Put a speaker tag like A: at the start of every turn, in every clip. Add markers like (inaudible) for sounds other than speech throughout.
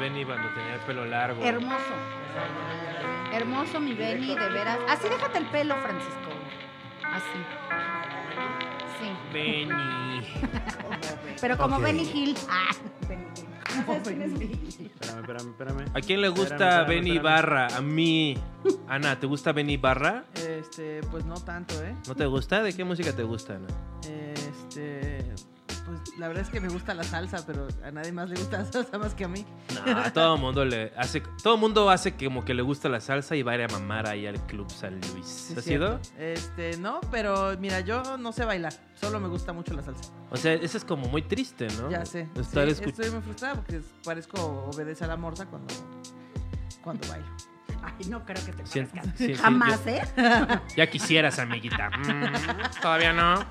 A: Benny cuando tenía el pelo largo.
B: Hermoso. Hermoso mi Benny, de veras. Así déjate el pelo, Francisco. Así. Sí.
A: Benny.
C: (laughs)
B: Pero como
D: Ok.
B: Benny Hill. (laughs) Ah, Benny Hill. Como Benny Hill.
D: Espérame, espérame, espérame.
A: ¿A quién le gusta
D: Espérame, espérame,
A: Benny
D: espérame.
A: Barra? A mí. Ana, ¿te gusta Benny Barra?
C: Este, pues no tanto, ¿eh?
A: ¿No te gusta? ¿De qué música te gusta, Ana?
C: Este, pues la verdad es que me gusta la salsa, pero a nadie más le gusta la (laughs) salsa más que a mí.
A: No, a todo mundo le hace, todo mundo hace que como que le gusta la salsa y va a ir a mamar ahí al Club San Luis.
C: Sí,
A: ¿Ha
C: es
A: sido?
C: cierto. Este, no, pero mira, yo no sé bailar, solo me gusta mucho la salsa.
A: O sea, eso es como muy triste, ¿no?
C: Ya sé.
A: Oh, Estar
C: Sí,
A: escuch-
C: Estoy muy frustrada porque parezco obedecer a la morsa cuando, cuando bailo.
B: Ay, no creo que te
A: Sien-
B: parezca.
A: sien- sien-
B: Jamás,
D: (laughs)
B: ¿eh?
A: Ya, ya quisieras,
C: (laughs)
A: amiguita. Mm, Todavía no.
D: Ahí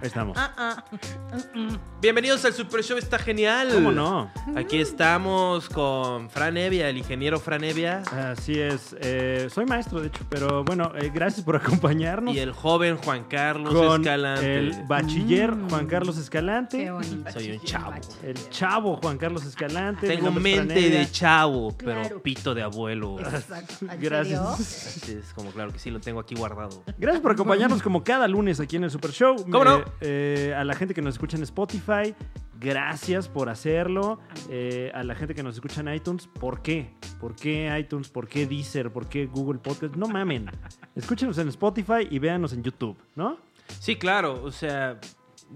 D: estamos.
C: Ah, ah.
A: Bienvenidos al Super Show, está genial.
D: ¿Cómo no?
A: Aquí estamos con Fran Evia, el ingeniero Fran Evia.
D: Así es. eh, soy maestro, de hecho, pero bueno, eh, gracias por acompañarnos.
A: Y el joven Juan Carlos
D: con
A: Escalante.
D: el bachiller Juan Carlos
B: Mm. Qué
D: Escalante.
B: bonito.
A: Soy un
B: Qué
A: chavo.
B: macho.
D: El chavo Juan Carlos Escalante. mi
A: Tengo
D: nombre es
A: mente
D: Franevia.
A: de chavo, pero
B: Claro.
A: pito de
B: (laughs)
A: abuelo.
B: Exacto. ¿En serio?
D: (laughs) Gracias.
A: Así es como claro que sí, lo tengo aquí guardado.
D: Gracias por acompañarnos como cada lunes aquí en el Super Show.
A: ¿Cómo no?
D: eh, a la gente que nos escucha en Spotify, gracias por hacerlo. Eh, a la gente que nos escucha en iTunes, ¿por qué? ¿Por qué iTunes? ¿Por qué Deezer? ¿Por qué Google Podcast? No mamen. Escúchenos en Spotify y véanos en YouTube, ¿no?
A: Sí, claro, o sea,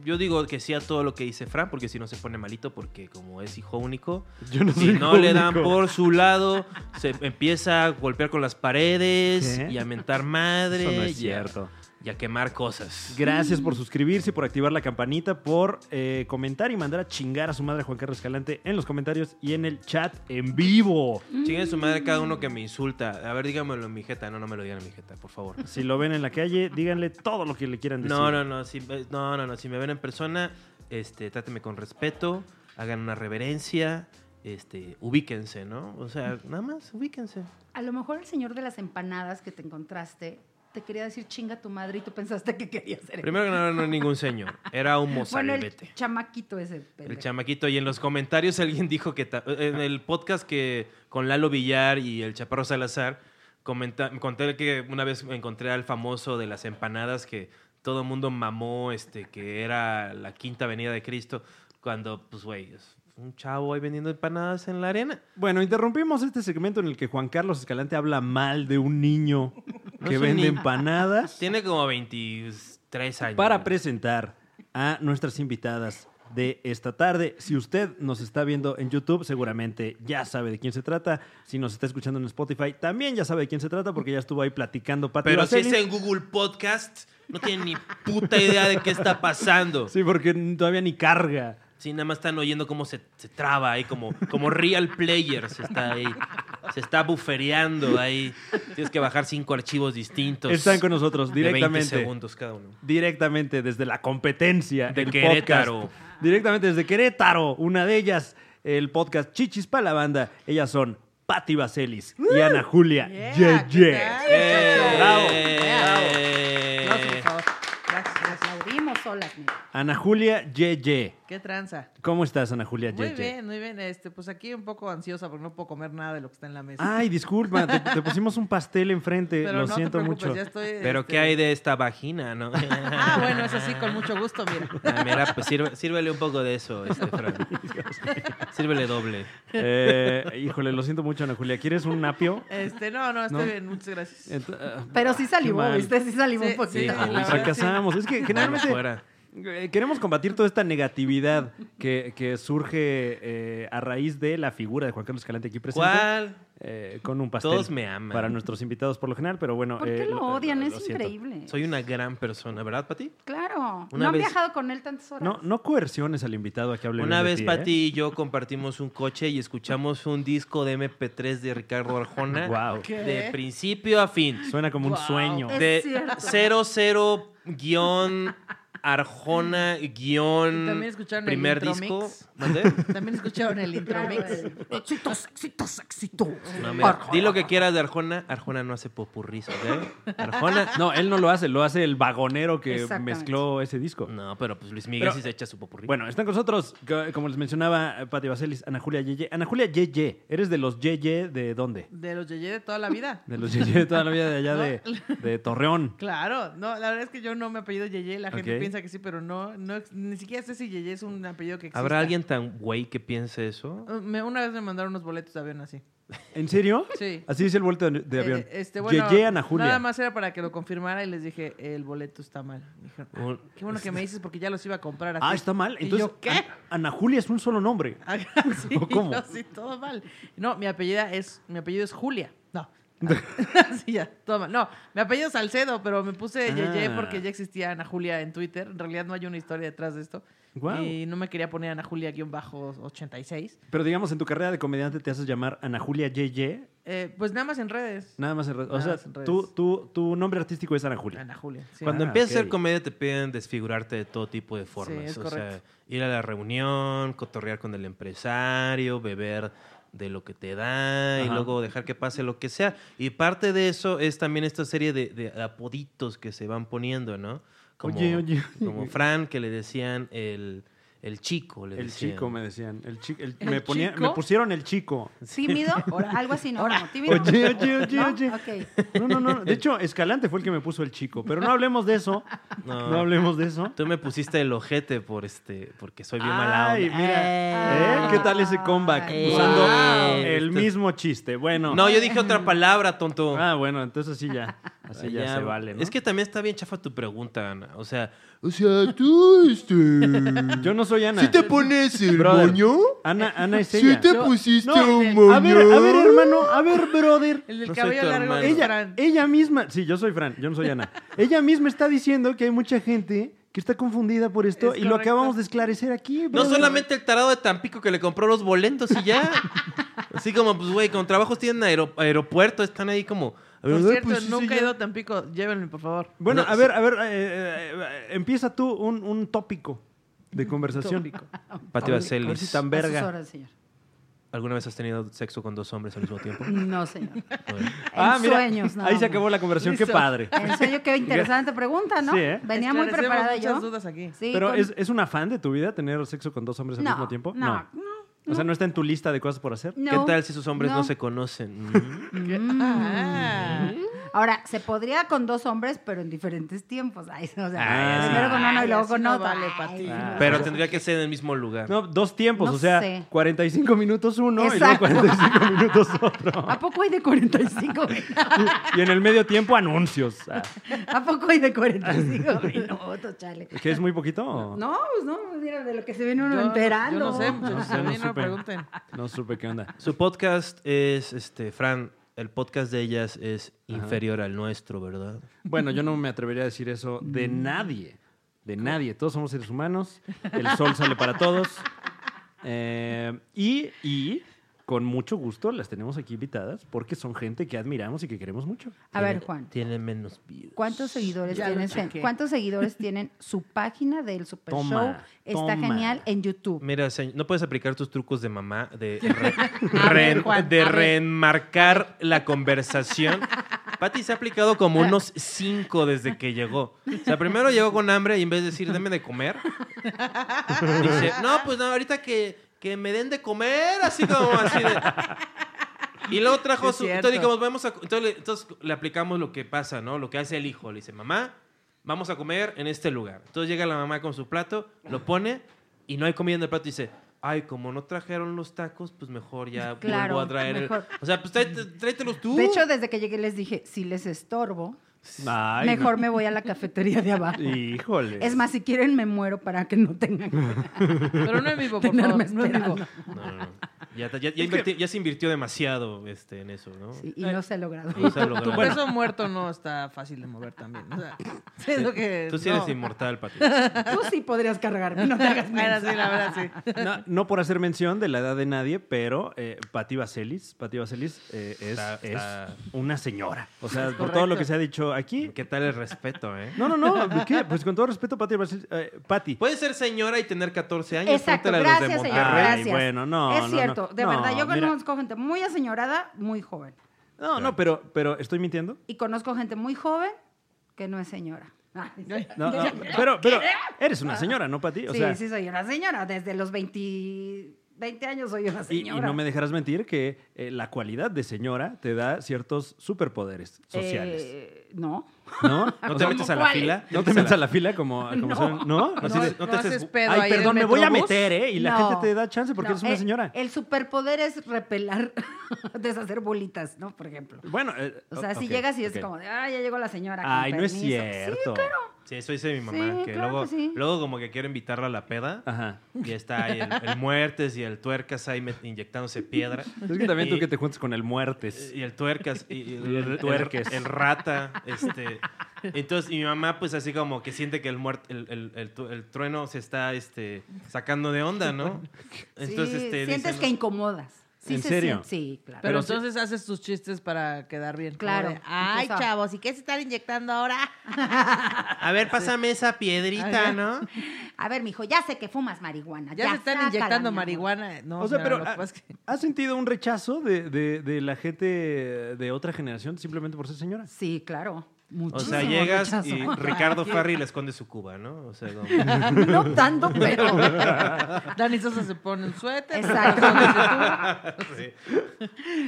A: yo digo que sí a todo lo que dice Fran, porque si no se pone malito, porque como es hijo único,
D: Yo no
A: si
D: soy
A: no le
D: único.
A: dan por su lado, se empieza a golpear con las paredes
D: ¿Qué?
A: y a mentar madre.
D: Eso no es
A: y a-
D: cierto.
A: Y a quemar cosas.
D: Gracias por suscribirse, por activar la campanita, por eh, comentar y mandar a chingar a su madre Juan Carlos Escalante en los comentarios y en el chat en vivo.
A: Chinguen su madre cada uno que me insulta. A ver, dígamelo en mi jeta. No, no me lo digan en mi jeta, por favor.
D: Si lo ven en la calle, díganle todo lo que le quieran decir.
A: No, no, no. Si, me- no, no, no. Si me ven en persona, este, tráteme con respeto, hagan una reverencia, este, ubíquense, ¿no? O sea, nada más, ubíquense.
B: A lo mejor el señor de las empanadas que te encontraste te quería decir chinga tu madre y tú pensaste que quería ser él.
A: Primero que nada, no era ningún señor. Era un
B: (laughs) Bueno, el
A: mozalbete.
B: chamaquito ese.
A: el,
B: pendejo.
A: chamaquito. Y en los comentarios alguien dijo que... ta- eh, En el podcast que con Lalo Villar y el Chaparro Salazar, comenta, conté que una vez me encontré al famoso de las empanadas que todo el mundo mamó, este, que era la quinta venida de Cristo, cuando, pues, güey, es un chavo ahí vendiendo empanadas en la arena.
D: Bueno, interrumpimos este segmento en el que Juan Carlos Escalante habla mal de un niño
A: No
D: que
A: es un
D: vende
A: niño.
D: empanadas
A: Tiene como 23 años.
D: para presentar a nuestras invitadas de esta tarde. Si usted nos está viendo en YouTube, seguramente ya sabe de quién se trata. Si nos está escuchando en Spotify, también ya sabe de quién se trata porque ya estuvo ahí platicando Pati
A: Pero si
D: Vasselis.
A: es en Google Podcast, no tiene ni puta idea de qué está pasando.
D: (laughs) Sí, porque todavía ni carga.
A: Sí, nada más están oyendo cómo se, se traba ahí, como, como real player se está ahí. Se está bufereando ahí. Tienes que bajar cinco archivos distintos.
D: Están con nosotros
A: de 20
D: directamente.
A: segundos cada uno.
D: directamente desde la competencia
A: De
D: el
A: Querétaro.
D: podcast. Directamente desde Querétaro, una de ellas, el podcast Chichis para la banda. Ellas son Patti Vaselis y Ana Julia.
C: Yeah,
D: Yeah,
C: ¿qué
D: yeah.
C: tal?
A: ¡Eh!
D: Bravo.
A: ¡Eh!
C: Aplausos, por favor. Gracias, gracias.
B: Aplaudimos solas, mira.
D: Ana Julia Yeye.
C: Qué tranza.
D: ¿Cómo estás, Ana Julia
C: Muy
D: Yeye?
C: bien, muy bien. Este, pues aquí un poco ansiosa porque no puedo comer nada de lo que está en la mesa.
D: Ay, disculpa, te, te pusimos un pastel enfrente,
C: pero
D: lo
C: no
D: siento
C: te preocupes,
D: mucho.
C: Ya estoy,
A: Pero
C: este,
A: ¿qué hay de esta vagina, no?
C: Ah, bueno, eso sí, con mucho gusto, mira.
A: Ah, mira, pues sirve- sírvele un poco de eso, este, Fran. Sírvele doble.
D: Eh, híjole, lo siento mucho, Ana Julia. ¿Quieres un napio?
C: Este, no, no, estoy
D: ¿No?
C: bien, muchas gracias.
D: Ent- ah,
B: Pero sí
D: qué
B: salivó,
D: mal.
B: ¿viste? Sí salivó
C: Sí,
B: un poquito.
C: sí,
A: la
D: Ay,
A: verdad, sí.
D: fracasamos. Es que generalmente
A: Mano
C: pues,
A: fuera.
D: Eh, Queremos combatir toda esta negatividad que, que surge eh, a raíz de la figura de Juan Carlos Escalante aquí presente.
A: ¿Cuál?
D: eh, con un pastel.
A: Todos me aman.
D: Para nuestros invitados por lo general, pero bueno.
B: ¿Por qué
D: eh,
B: lo odian?
D: lo
B: es
D: siento.
B: increíble.
A: Soy una gran persona, ¿verdad, Pati?
B: Claro.
A: Una
B: no han
A: vez-
B: viajado con él tantas horas.
D: No, no coerciones al invitado a que hable
A: Una
D: bien de
A: vez
D: ti, ¿eh?
A: Pati y yo compartimos un coche y escuchamos un disco de MP3 de Ricardo Arjona
D: Guau.
C: ¿Qué?
A: de principio a fin.
D: Suena como un
C: Wow.
D: sueño.
B: Es
A: De
B: cierto.
A: 00 guión Arjona
C: Y
A: guión
C: también escucharon el
A: primer
C: Intromix.
A: disco.
C: (laughs)
A: ¿Mande?
C: También escucharon el intro
B: Claro,
C: mix.
B: el-
E: Éxitos, éxitos, éxitos.
A: No, mira, di lo que quieras de Arjona. Arjona no hace popurrizo, ¿eh? Arjona.
D: (laughs) No, él no lo hace, lo hace el vagonero que
B: Exactamente.
D: mezcló ese disco.
A: No, pero pues Luis Miguel
D: Pero-
A: sí se echa su popurrí.
D: Bueno, están con nosotros, co- como les mencionaba, eh, Pati Vaselis, Ana Julia Yeye. Ana Julia Yeye, ¿eres de los Yeye de dónde?
C: De los Yeye de toda la vida.
D: De los Yeye de toda la vida de
B: (laughs)
D: allá de, de Torreón.
C: Claro, no, la verdad es que yo no me apellido Yeye, la gente
D: Ok.
C: piensa que sí, pero no, no ex- ni siquiera sé si Yeye es un apellido que existe.
A: ¿Habrá alguien tan güey que piense eso?
C: una vez me mandaron unos boletos de avión así.
D: ¿En serio?
C: Sí.
D: Así dice el vuelto de, de
C: Eh,
D: avión.
C: este, bueno,
D: Yeye Ana Julia.
C: Nada más era para que lo confirmara y les dije, el boleto está mal. Me dijeron, "Ah,
A: Un-
C: qué bueno que me dices porque ya los iba a comprar así.
D: Ah, está mal.
C: ¿Y
D: Entonces,
C: yo qué?
D: An- Ana Julia es un solo nombre.
A: (laughs)
C: Ajá, sí,
D: ¿O cómo?
C: yo sí, todo mal. No, mi apellido es, mi apellido es Julia. No. (laughs) sí, ya, todo mal. No, mi apellido es Salcedo, pero me puse Yeye
D: Ah.
C: porque ya existía Ana Julia en Twitter. En realidad no hay una historia detrás de esto.
D: Guau.
C: Y no me quería poner Ana Julia-86.
D: Pero digamos, en tu carrera de comediante te haces llamar Ana Julia Yeye,
C: Eh, pues nada más en redes.
D: nada más en re- O
C: Nada
D: sea,
C: más en redes.
D: tú, tú- tu nombre artístico es Ana Julia.
C: Ana Julia. sí.
A: Cuando
D: Ah,
A: empiezas a hacer
D: ok.
A: comedia te piden desfigurarte de todo tipo de formas.
C: es
A: o sea,
C: correcto.
A: ir a la reunión, cotorrear con el empresario, beber de lo que te da y
D: Ajá.
A: luego dejar que pase lo que sea. Y parte de eso es también esta serie de, de apoditos que se van poniendo, ¿no?
D: Oye, oye, oye.
A: Como Fran, que le decían el, el chico. Le
D: El
A: decían.
D: chico, me decían. El chico, el-
C: ¿El
D: me, ponía-
C: chico?
D: me pusieron el chico. (laughs)
B: ¿Tímido? Algo así, ¿no? Como ¿Tímido?
D: Oye, oye, oye,
B: ¿No?
D: oye.
B: Ok.
D: No, no, no. De hecho, Escalante fue el que me puso el chico. Pero no hablemos de eso.
A: No.
D: No, hablemos de eso.
A: Tú me pusiste el ojete por este, porque soy bien mala
D: Ay,
A: onda.
D: mira. ¿Eh? ¿Qué tal ese comeback?
B: Ay.
D: Usando
A: Wow.
D: el
A: Este-
D: mismo chiste. Bueno.
A: No, yo dije otra palabra, tonto.
D: Ah, bueno, entonces así ya. Así
A: Ay,
D: ya,
A: ya.
D: se vale, ¿no?
A: Es que también está bien chafa tu pregunta, Ana. O sea,
E: O sea, tú, este...
D: yo no soy Ana.
E: ¿Sí te pones el
D: Brother.
E: moño?
D: Ana, Ana es
E: ¿Sí
D: ella.
E: te pusiste
D: No,
E: un moño?
D: a ver, a ver, hermano, a ver, brother.
C: (laughs) El
A: em-
C: del
A: No soy
C: cabello
A: tu
C: largo.
A: hermano. eh,
C: es
D: Ella,
C: Fran.
D: ella misma, sí, yo soy Fran, yo no soy Ana. Ella misma está diciendo que hay mucha gente que está confundida por esto
C: Es
D: y lo
C: correcto.
D: acabamos de esclarecer aquí.
A: no
D: brother.
A: solamente el tarado de Tampico que le compró los boletos y ya. Así como, pues, güey, con trabajos tienen aero- aeropuerto, están ahí como.
C: Por
A: "Ay,
C: cierto,
A: pues, sí,
C: nunca
A: sí,
C: he
A: ya".
C: ido a Tampico. Llévenme, por favor.
D: Bueno,
A: No,
D: a ver, a ver, eh, eh, eh, empieza tú un, un tópico de conversación. (laughs)
C: Tópico.
A: Pati
D: A ver, a ver
A: Vaselis,
D: si tan
B: A sus
D: verga.
B: horas, señor.
A: ¿alguna vez has tenido sexo con dos hombres al mismo tiempo?
B: No, señor.
A: Bueno,
D: Ah,
B: en
D: mira,
B: sueños, nada
D: ahí
B: más.
D: se acabó la conversación, qué
B: (laughs)
C: Listo.
D: padre.
B: En sueño, qué interesante pregunta, ¿no?
D: Sí, ¿eh?
B: Venía muy
C: Esclarecemos
B: preparada
C: muchas
B: yo.
C: dudas aquí.
B: Sí,
D: Pero
B: con-
D: ¿es, ¿es un afán de tu vida tener sexo con dos hombres al
B: No,
D: mismo tiempo?
B: No, no.
D: O sea, ¿no está en tu lista de cosas por hacer?
A: ¿Qué
B: no,
A: tal si sus hombres no,
B: no.
A: se
B: (laughs)
A: conocen? Mm.
B: Mm.
C: Ah.
B: Ahora, se podría con dos hombres, pero en diferentes tiempos. Ay, o sea,
D: Ah,
B: primero con uno y
C: Ay,
B: luego
C: así
B: con
C: no
B: otro.
C: vale,
B: Ay,
C: Pati.
B: no.
D: Ah.
A: Pero tendría que ser en el mismo lugar.
D: No, dos tiempos,
B: No
D: o sea,
B: sé.
D: 45 minutos uno
B: Exacto.
D: y
B: (laughs)
D: luego 45 minutos otro.
B: ¿A poco hay de
C: (laughs)
B: 45? güey?
D: Y en el medio tiempo anuncios. Ah,
B: ¿A poco hay de 45 minutos, chale?
D: ¿Que es muy poquito? o?
B: No, pues no, mira, de lo que se viene uno
C: Yo-
B: enterando.
C: Yo no sé,
D: No (laughs)
C: muchachos,
D: sé,
C: a
D: no
C: mí no me
D: supe.
C: pregunten.
D: No supe qué onda.
A: Su podcast es, este, Fran, el podcast de ellas es inferior al nuestro, ¿verdad?
D: Bueno, yo no me atrevería a decir eso de
B: Mm.
D: nadie. De nadie. Todos somos seres humanos. El (laughs) sol sale para todos. Eh, y, y con mucho gusto las tenemos aquí invitadas porque son gente que admiramos y que queremos mucho.
B: A ver,
A: Tiene-
B: Juan,
A: Tiene menos vida.
B: ¿cuántos seguidores,
C: Ya lo
B: tienes en-
C: chequé.
B: ¿cuántos seguidores tienen su página del Super
D: Toma,
B: Show? Está
D: toma.
B: genial en YouTube.
A: Mira, se- no puedes aplicar tus trucos de mamá
C: (laughs)
A: de, re-
C: A ver,
A: re-
C: Juan,
A: de
C: a ver.
A: reenmarcar la conversación. Pati se ha aplicado como unos cinco desde que llegó. O sea, primero llegó con hambre y en vez de decir, deme de comer, dice, no, pues no, ahorita que, que me den de comer, así como así de... Y luego trajo
C: Es
A: su...
C: cierto.
A: Entonces, dijimos, vamos a... Entonces, le, entonces le aplicamos lo que pasa, ¿no? Lo que hace el hijo. Le dice, mamá, vamos a comer en este lugar. Entonces llega la mamá con su plato, lo pone y no hay comida en el plato. Y dice, ay, como no trajeron los tacos, pues mejor ya
B: Claro,
A: vuelvo a traer el-".
B: mejor.
A: O sea, pues tráete- tráetelos tú.
B: De hecho, desde que llegué les dije, si les estorbo,
D: Ay,
B: mejor (laughs) me voy a la cafetería de abajo.
D: no. Híjole.
B: Es más, si quieren me muero para que no tengan que
C: Pero no en vivo, por
B: tenerme
C: favor. No en vivo.
B: esperando.
A: No, no, no. Ya, ya- ya invirti- ya se invirtió demasiado este, en eso, ¿no?
B: Sí, y no se ha logrado.
A: No se ha logrado.
C: Tu peso muerto no está fácil de mover también. O sea, (laughs) es lo que.
A: Tú sí
C: no.
A: eres inmortal,
B: (laughs)
A: Pati.
B: (laughs) Tú sí podrías cargarme, no te hagas
C: Bueno, sí, la
B: mensa.
C: verdad,
D: (laughs)
C: sí.
D: No, no por hacer mención de la edad de nadie, pero eh, Pati Vaselis, Pati Vaselis eh, es,
A: Está-
D: es
A: está-
D: una señora. O sea,
C: Es
D: por todo lo
C: correcto.
D: que se ha dicho aquí.
A: ¿Qué tal el respeto, eh?
D: No, no, no. ¿de ¿qué? Pues con todo respeto, Pati Vaselis. eh, Pati.
A: Puedes ser señora y tener 14 años.
B: Exacto,
A: pregúntale a los
B: gracias,
A: de
B: señor.
A: Monterrey.
D: Ay,
B: gracias.
D: bueno, no, no,
B: es
D: no.
B: cierto, de
D: No,
B: verdad. Yo
D: mira.
B: conozco gente muy aseñorada, muy joven.
D: No, no, pero, pero estoy mintiendo.
B: Y conozco gente muy joven que no es señora. Ah, sí, (laughs)
D: No, no, pero, pero eres una señora, ¿no, Pati? O sea,
B: sí, soy una señora. Desde los 20, 20 años soy una
D: y, y
B: señora.
D: no me dejarás mentir que eh, la cualidad de señora te da ciertos superpoderes sociales.
B: Eh, no.
D: ¿No?
A: ¿No
D: O
A: te
D: sea,
A: metes a la
B: ¿cuál?
A: fila?
D: no te metes a la fila como, como
B: No.
D: son-
A: No
D: ¿no?
C: No,
A: te- no
C: no
A: te
C: haces
A: des-
C: pedo ahí
D: Ay,
C: en el
D: perdón, me voy a
C: metrobús.
D: meter, ¿eh? Y la
B: No.
D: gente te da chance porque
B: No, eh,
D: eres una
B: el-
D: señora.
B: El, superpoder es repelar, (laughs) deshacer bolitas, ¿no? Por ejemplo.
D: bueno, eh,
B: O sea,
D: o-
B: si
D: ok,
B: llegas y es
D: ok.
B: como, de, ah, ya llegó la señora. con
D: Ay, no es
B: permiso".
D: cierto.
B: Sí, claro.
A: Sí, eso dice mi mamá.
B: Sí,
A: que
B: claro
A: luego,
B: que sí.
A: luego como que quiero invitarla a la peda.
D: Ajá.
A: Y está ahí el, el muertes y el tuercas ahí met- inyectándose piedra.
D: Es que también tú
A: Y-
D: que te juntas con el muertes.
A: Y el tuercas. Y, y el,
D: Y el
A: el-
D: tuerques.
A: El, rata. Este. Entonces, y mi mamá, pues así como que siente que el, muert- el, el- el tu- el trueno se está este, sacando de onda, ¿no? Entonces,
B: Sí,
A: este,
B: sientes
A: dice,
B: que
A: ¿no?
B: incomodas. Sí
D: ¿En
B: se
D: serio?
B: siente- Sí, claro.
C: Pero
D: Pero sí-
C: entonces haces tus chistes para quedar bien. como
B: Claro,
C: de, Ay,
B: empieza.
C: chavos, ¿y qué se están inyectando ahora?
A: A ver, pásame esa piedrita,
C: Ajá.
A: ¿no?
B: A ver, mijo, ya sé que fumas marihuana.
C: Ya,
B: Ya,
C: se están
B: sácala,
C: inyectando
B: mi amor.
C: marihuana. eh, No,
D: o sea,
C: mira,
D: pero ah,
C: lo que
D: ¿ha-
C: pasa es
D: (laughs)
C: que-
D: ¿has sentido un rechazo de, de- de la gente de otra generación simplemente por ser señora?
B: Sí, claro.
A: O
B: Muchísimo
A: sea, llegas
B: rechazo.
A: y Ricardo Farri le esconde su cuba, ¿no? O sea, como...
B: (laughs)
D: (laughs)
A: (laughs)
B: No tanto, pero.
C: Dani Sosa se pone un suéter.
B: Exacto.
A: sí.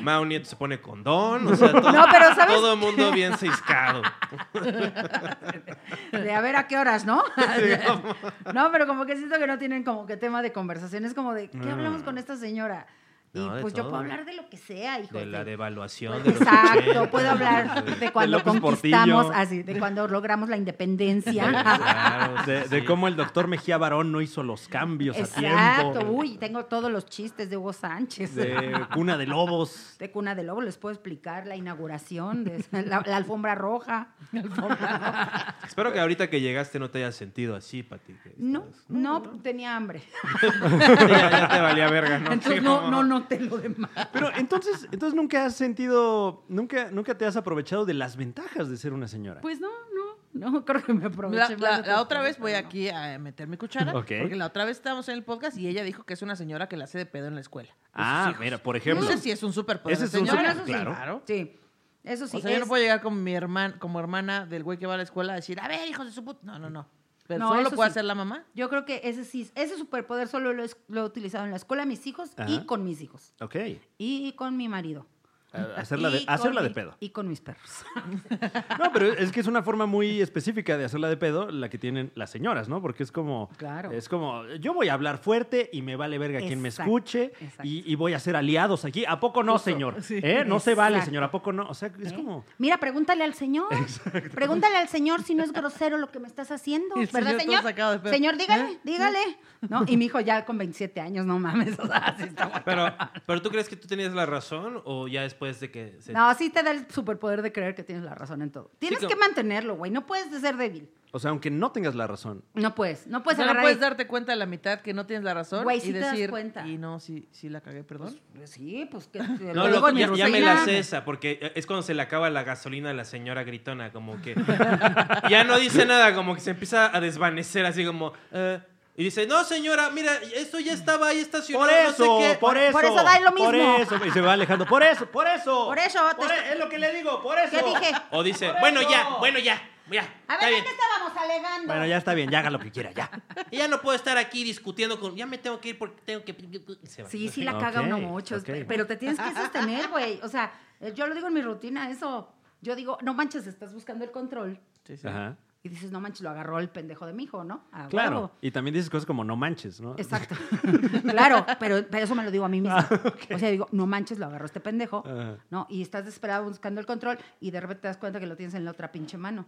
A: Mao Nieto se pone condón, o sea, todo,
B: No, pero ¿sabes
A: todo mundo bien ciscado.
B: De a ver a qué horas, ¿no? No, pero como que siento que no tienen como que tema de conversación. Es como de, ¿qué hablamos con esta señora? Y
A: Mm. No, de
B: pues yo
A: todo.
B: puedo hablar de lo que sea, hijo.
A: De
B: (laughs)
A: la devaluación. de los
B: Exacto,
A: 80,
B: puedo hablar
A: sí.
B: de cuando
D: López
A: (laughs)
B: conquistamos,
D: Portillo.
B: así, de cuando logramos la (laughs) independencia.
A: Claro, sí,
D: De, de
A: sí.
D: cómo el doctor Mejía Barón no hizo los cambios a
B: Exacto,
D: tiempo.
B: uy, tengo todos los chistes de Hugo Sánchez.
D: De cuna de lobos.
B: de Cuna de Lobo, les puedo explicar la inauguración, de la, la alfombra roja.
A: Espero que ahorita que llegaste no te hayas sentido así, Pati. que
B: No,
A: estás-
B: no, tenía
C: (laughs)
B: hambre.
A: Sí, (laughs) ya, ya te valía verga, ¿no?
B: Entonces
A: Sí,
B: no,
A: como-
B: no noté lo demás.
D: Pero entonces, entonces nunca has sentido, nunca, nunca te has aprovechado de las ventajas de ser una señora.
B: Pues no, no, no, creo que me
C: La,
B: aproveché.
C: la-
B: más
C: la
B: de otras
C: otra
B: cosas,
C: vez voy
B: pero no.
C: aquí a meter mi cuchara.
D: Ok.
C: Porque la otra vez estábamos en el podcast y ella dijo que es una señora que la hace de pedo en la escuela.
D: Ah, mira, por ejemplo.
C: No sé si es un superpoder.
D: Ese es un
C: señora.
B: Bueno,
D: súper,
B: eso sí,
D: claro.
B: Sí, eso sí.
C: O sea, yo no
B: es-
C: puedo llegar con mi hermana, como hermana del güey que va a la escuela a decir, a ver, hijos de su puta. No, no, no. Pero
B: No,
C: solo lo
B: eso
C: puede
B: sí.
C: hacer la mamá.
B: yo creo que ese sí, ese superpoder solo lo, es- lo he utilizado en la escuela, mis hijos
D: Ajá.
B: y con mis hijos.
D: Ok.
B: Y con mi marido.
D: A- Hacerla de,
B: Y con
D: hacerla de
B: mi-
D: pedo.
B: Y con mis perros. (laughs)
D: No, pero es que es una forma muy específica de hacerla de pedo la que tienen las señoras, ¿no? Porque es como.
B: Claro.
D: Es como, yo voy a hablar fuerte y me vale verga quien me
B: Exacto,
D: escuche
B: exacto.
D: y, y voy a ser aliados aquí. ¿A poco no, señor?
C: sí.
D: ¿Eh? No se vale,
B: Exacto.
D: señor. ¿A poco no? O sea, es
B: ¿Eh?
D: como.
B: Mira, pregúntale al señor. Pregúntale al señor si no es grosero lo que me estás haciendo.
C: Y el
B: ¿Verdad,
C: señor todo
B: señor?
C: sacado de pedo.
B: Señor, dígale,
C: ¿Eh?
B: dígale. ¿No? Y mi hijo ya con 27 años, no mames. (laughs) O sea, sí está guapo.
A: Pero, ¿Pero tú crees que tú tenías la razón o ya después de que... se-
B: No, sí te da el superpoder de creer que tienes la razón en todo. Tienes
A: como-
B: que mantenerlo, güey. No puedes ser débil.
D: O sea, aunque no tengas la razón.
B: No puedes. No puedes
C: O sea, no
B: agarrar
C: puedes
B: y-
C: darte cuenta de la mitad que no tienes la
B: Pues
C: razón
B: Güey,
C: y
B: sí te das
C: decir,
B: cuenta.
C: y no, sí, sí la cagué, perdón.
B: Sí, pues que. que
A: No,
B: lo
A: loco,
B: digo en mi
A: ya, ya me la
B: rutina.
A: sé esa, porque es cuando se le acaba la gasolina a la señora gritona, como que (laughs) ya no dice nada, como que se empieza a desvanecer, así como... eh, y dice, no señora, mira, esto ya estaba ahí estacionado,
D: Por eso,
A: no sé qué.
D: por eso.
B: Por eso da lo
D: Por
B: mismo.
D: eso. Y se va alejando. Por eso, por eso.
B: Por eso, te
D: Por
B: está-
D: e- es lo que le digo, por eso.
B: ¿Qué dije?
A: O dice,
D: Por
A: bueno
D: eso.
A: ya, bueno ya, ya, está
B: A ver, ¿de
A: bien.
B: qué estábamos alegando?
D: Bueno, ya está bien, ya haga lo que quiera, ya.
A: Y ya no puedo estar aquí discutiendo con... Ya me tengo que ir porque tengo que... y se va.
B: Sí, sí la caga
D: Ok,
B: uno mucho,
D: ok.
B: espe- pero te tienes que sostener, güey. O sea, eh, yo lo digo en mi rutina, eso. Yo digo, no manches, estás buscando el control.
C: Sí, sí.
D: Ajá.
B: Y dices, no manches, lo agarró el pendejo de mi hijo, ¿no? A
D: Claro.
B: huevo.
D: Y también dices cosas como no manches, ¿no?
B: Exacto. (laughs) claro, pero, pero eso me lo digo a mí misma. O sea, digo, no manches, lo agarró este pendejo,
D: Ajá.
B: ¿no? Y estás desesperado buscando el control y de repente te das cuenta que lo tienes en la otra pinche mano.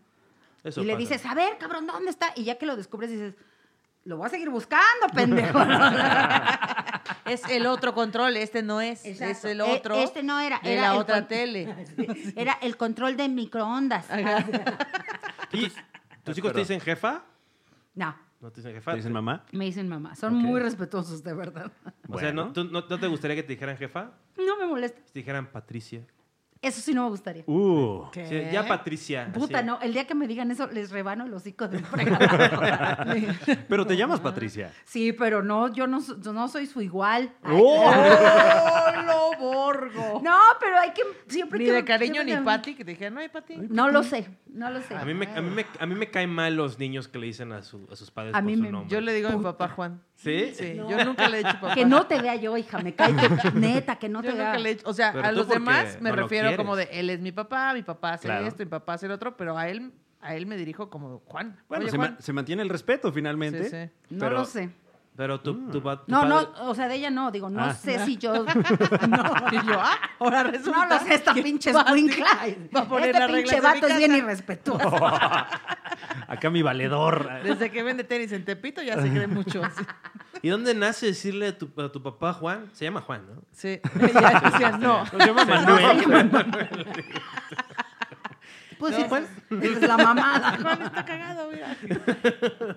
A: Eso
B: y le
A: pasa.
B: dices, a ver, cabrón, ¿dónde está? Y ya que lo descubres, dices, Lo voy a seguir buscando, pendejo.
C: (laughs) Es el otro control, este no es. Es
B: Exacto.
C: el
B: E-
C: otro.
B: Este no era.
C: de
B: era
C: la
B: el
C: otra
B: con-
C: tele.
B: (laughs) Era el control de microondas.
F: ¿Y ¿Tus hijos te dicen jefa?
B: No,
F: ¿No te dicen
D: ¿Te
F: jefa?
D: dicen mamá?
B: me dicen mamá. Son
D: Ok.
B: muy respetuosos, de verdad. (laughs)
F: O sea, ¿no,
D: Bueno.
F: tú- no- no te gustaría que te dijeran jefa?
B: No me molesta.
F: Si te dijeran Patricia.
B: Eso sí no me gustaría.
C: (laughs)
D: Uh,
C: ¿Qué?
F: Sí, ya Patricia. así.
B: Puta, no. El día que me digan eso, les rebano el hocico de un fregadazo.
D: pero te llamas Patricia.
B: Sí, pero no, yo no, so- yo no soy su igual. Ay.
F: Oh.
C: ¡Oh, lo borgo!
B: No, pero hay que siempre
C: Ni
B: que-
C: de cariño
B: que-
C: ni Pati, que te dijeron, ay, Pati.
B: No lo sé, no lo sé.
F: A mí, me, a, mí me, a mí me caen mal los niños que le dicen a, su- a sus padres
B: A
F: por
B: mí
F: su
B: me-
F: nombre.
C: Yo le digo a mi papá Juan.
F: ¿Sí?
C: Sí, yo nunca le he dicho papá.
B: Que no te vea yo, hija, me cae
F: (laughs)
B: que- neta, que no
C: yo
B: te
C: nunca
B: vea.
C: le he dicho- o sea,
F: Pero
C: a
F: tú
C: los
F: porque
C: demás me
F: no lo
C: refiero como de
F: quieres.
C: él es mi papá, mi papá hace
D: Claro.
C: esto, mi papá hace el otro, pero a él a él me dirijo como Juan.
D: Bueno,
C: Oye,
D: se,
C: Juan.
D: ma- se mantiene el respeto finalmente.
C: Sí, (laughs) sí.
B: No
D: pero-
B: lo sé.
F: Pero tu,
D: Mm.
F: tu pa- tu
B: No,
F: padre-
B: no, o sea, de ella no, digo, no
D: Ah.
B: sé si
F: (laughs)
B: yo.
C: Y yo, ah, ahora
B: No
C: resulta.
B: lo sé, esta
C: que
B: pinche
C: Pati
B: escuincla.
C: va a poner
B: Este
C: las reglas
B: pinche
C: de mi
B: vato es
C: casa.
B: bien irrespetuoso.
D: Acá mi valedor.
C: Desde que vende tenis en Tepito ya se cree mucho.
F: (laughs)
C: así.
F: ¿Y dónde nace decirle a tu, a tu papá Juan? Se llama Juan, ¿no?
C: Sí. (laughs) Ya decían, no.
D: Nos llama Manuel.
B: Pues sí, pues, esa es la
F: (laughs)
B: mamada. ¿no?
C: Juan está cagado, mira.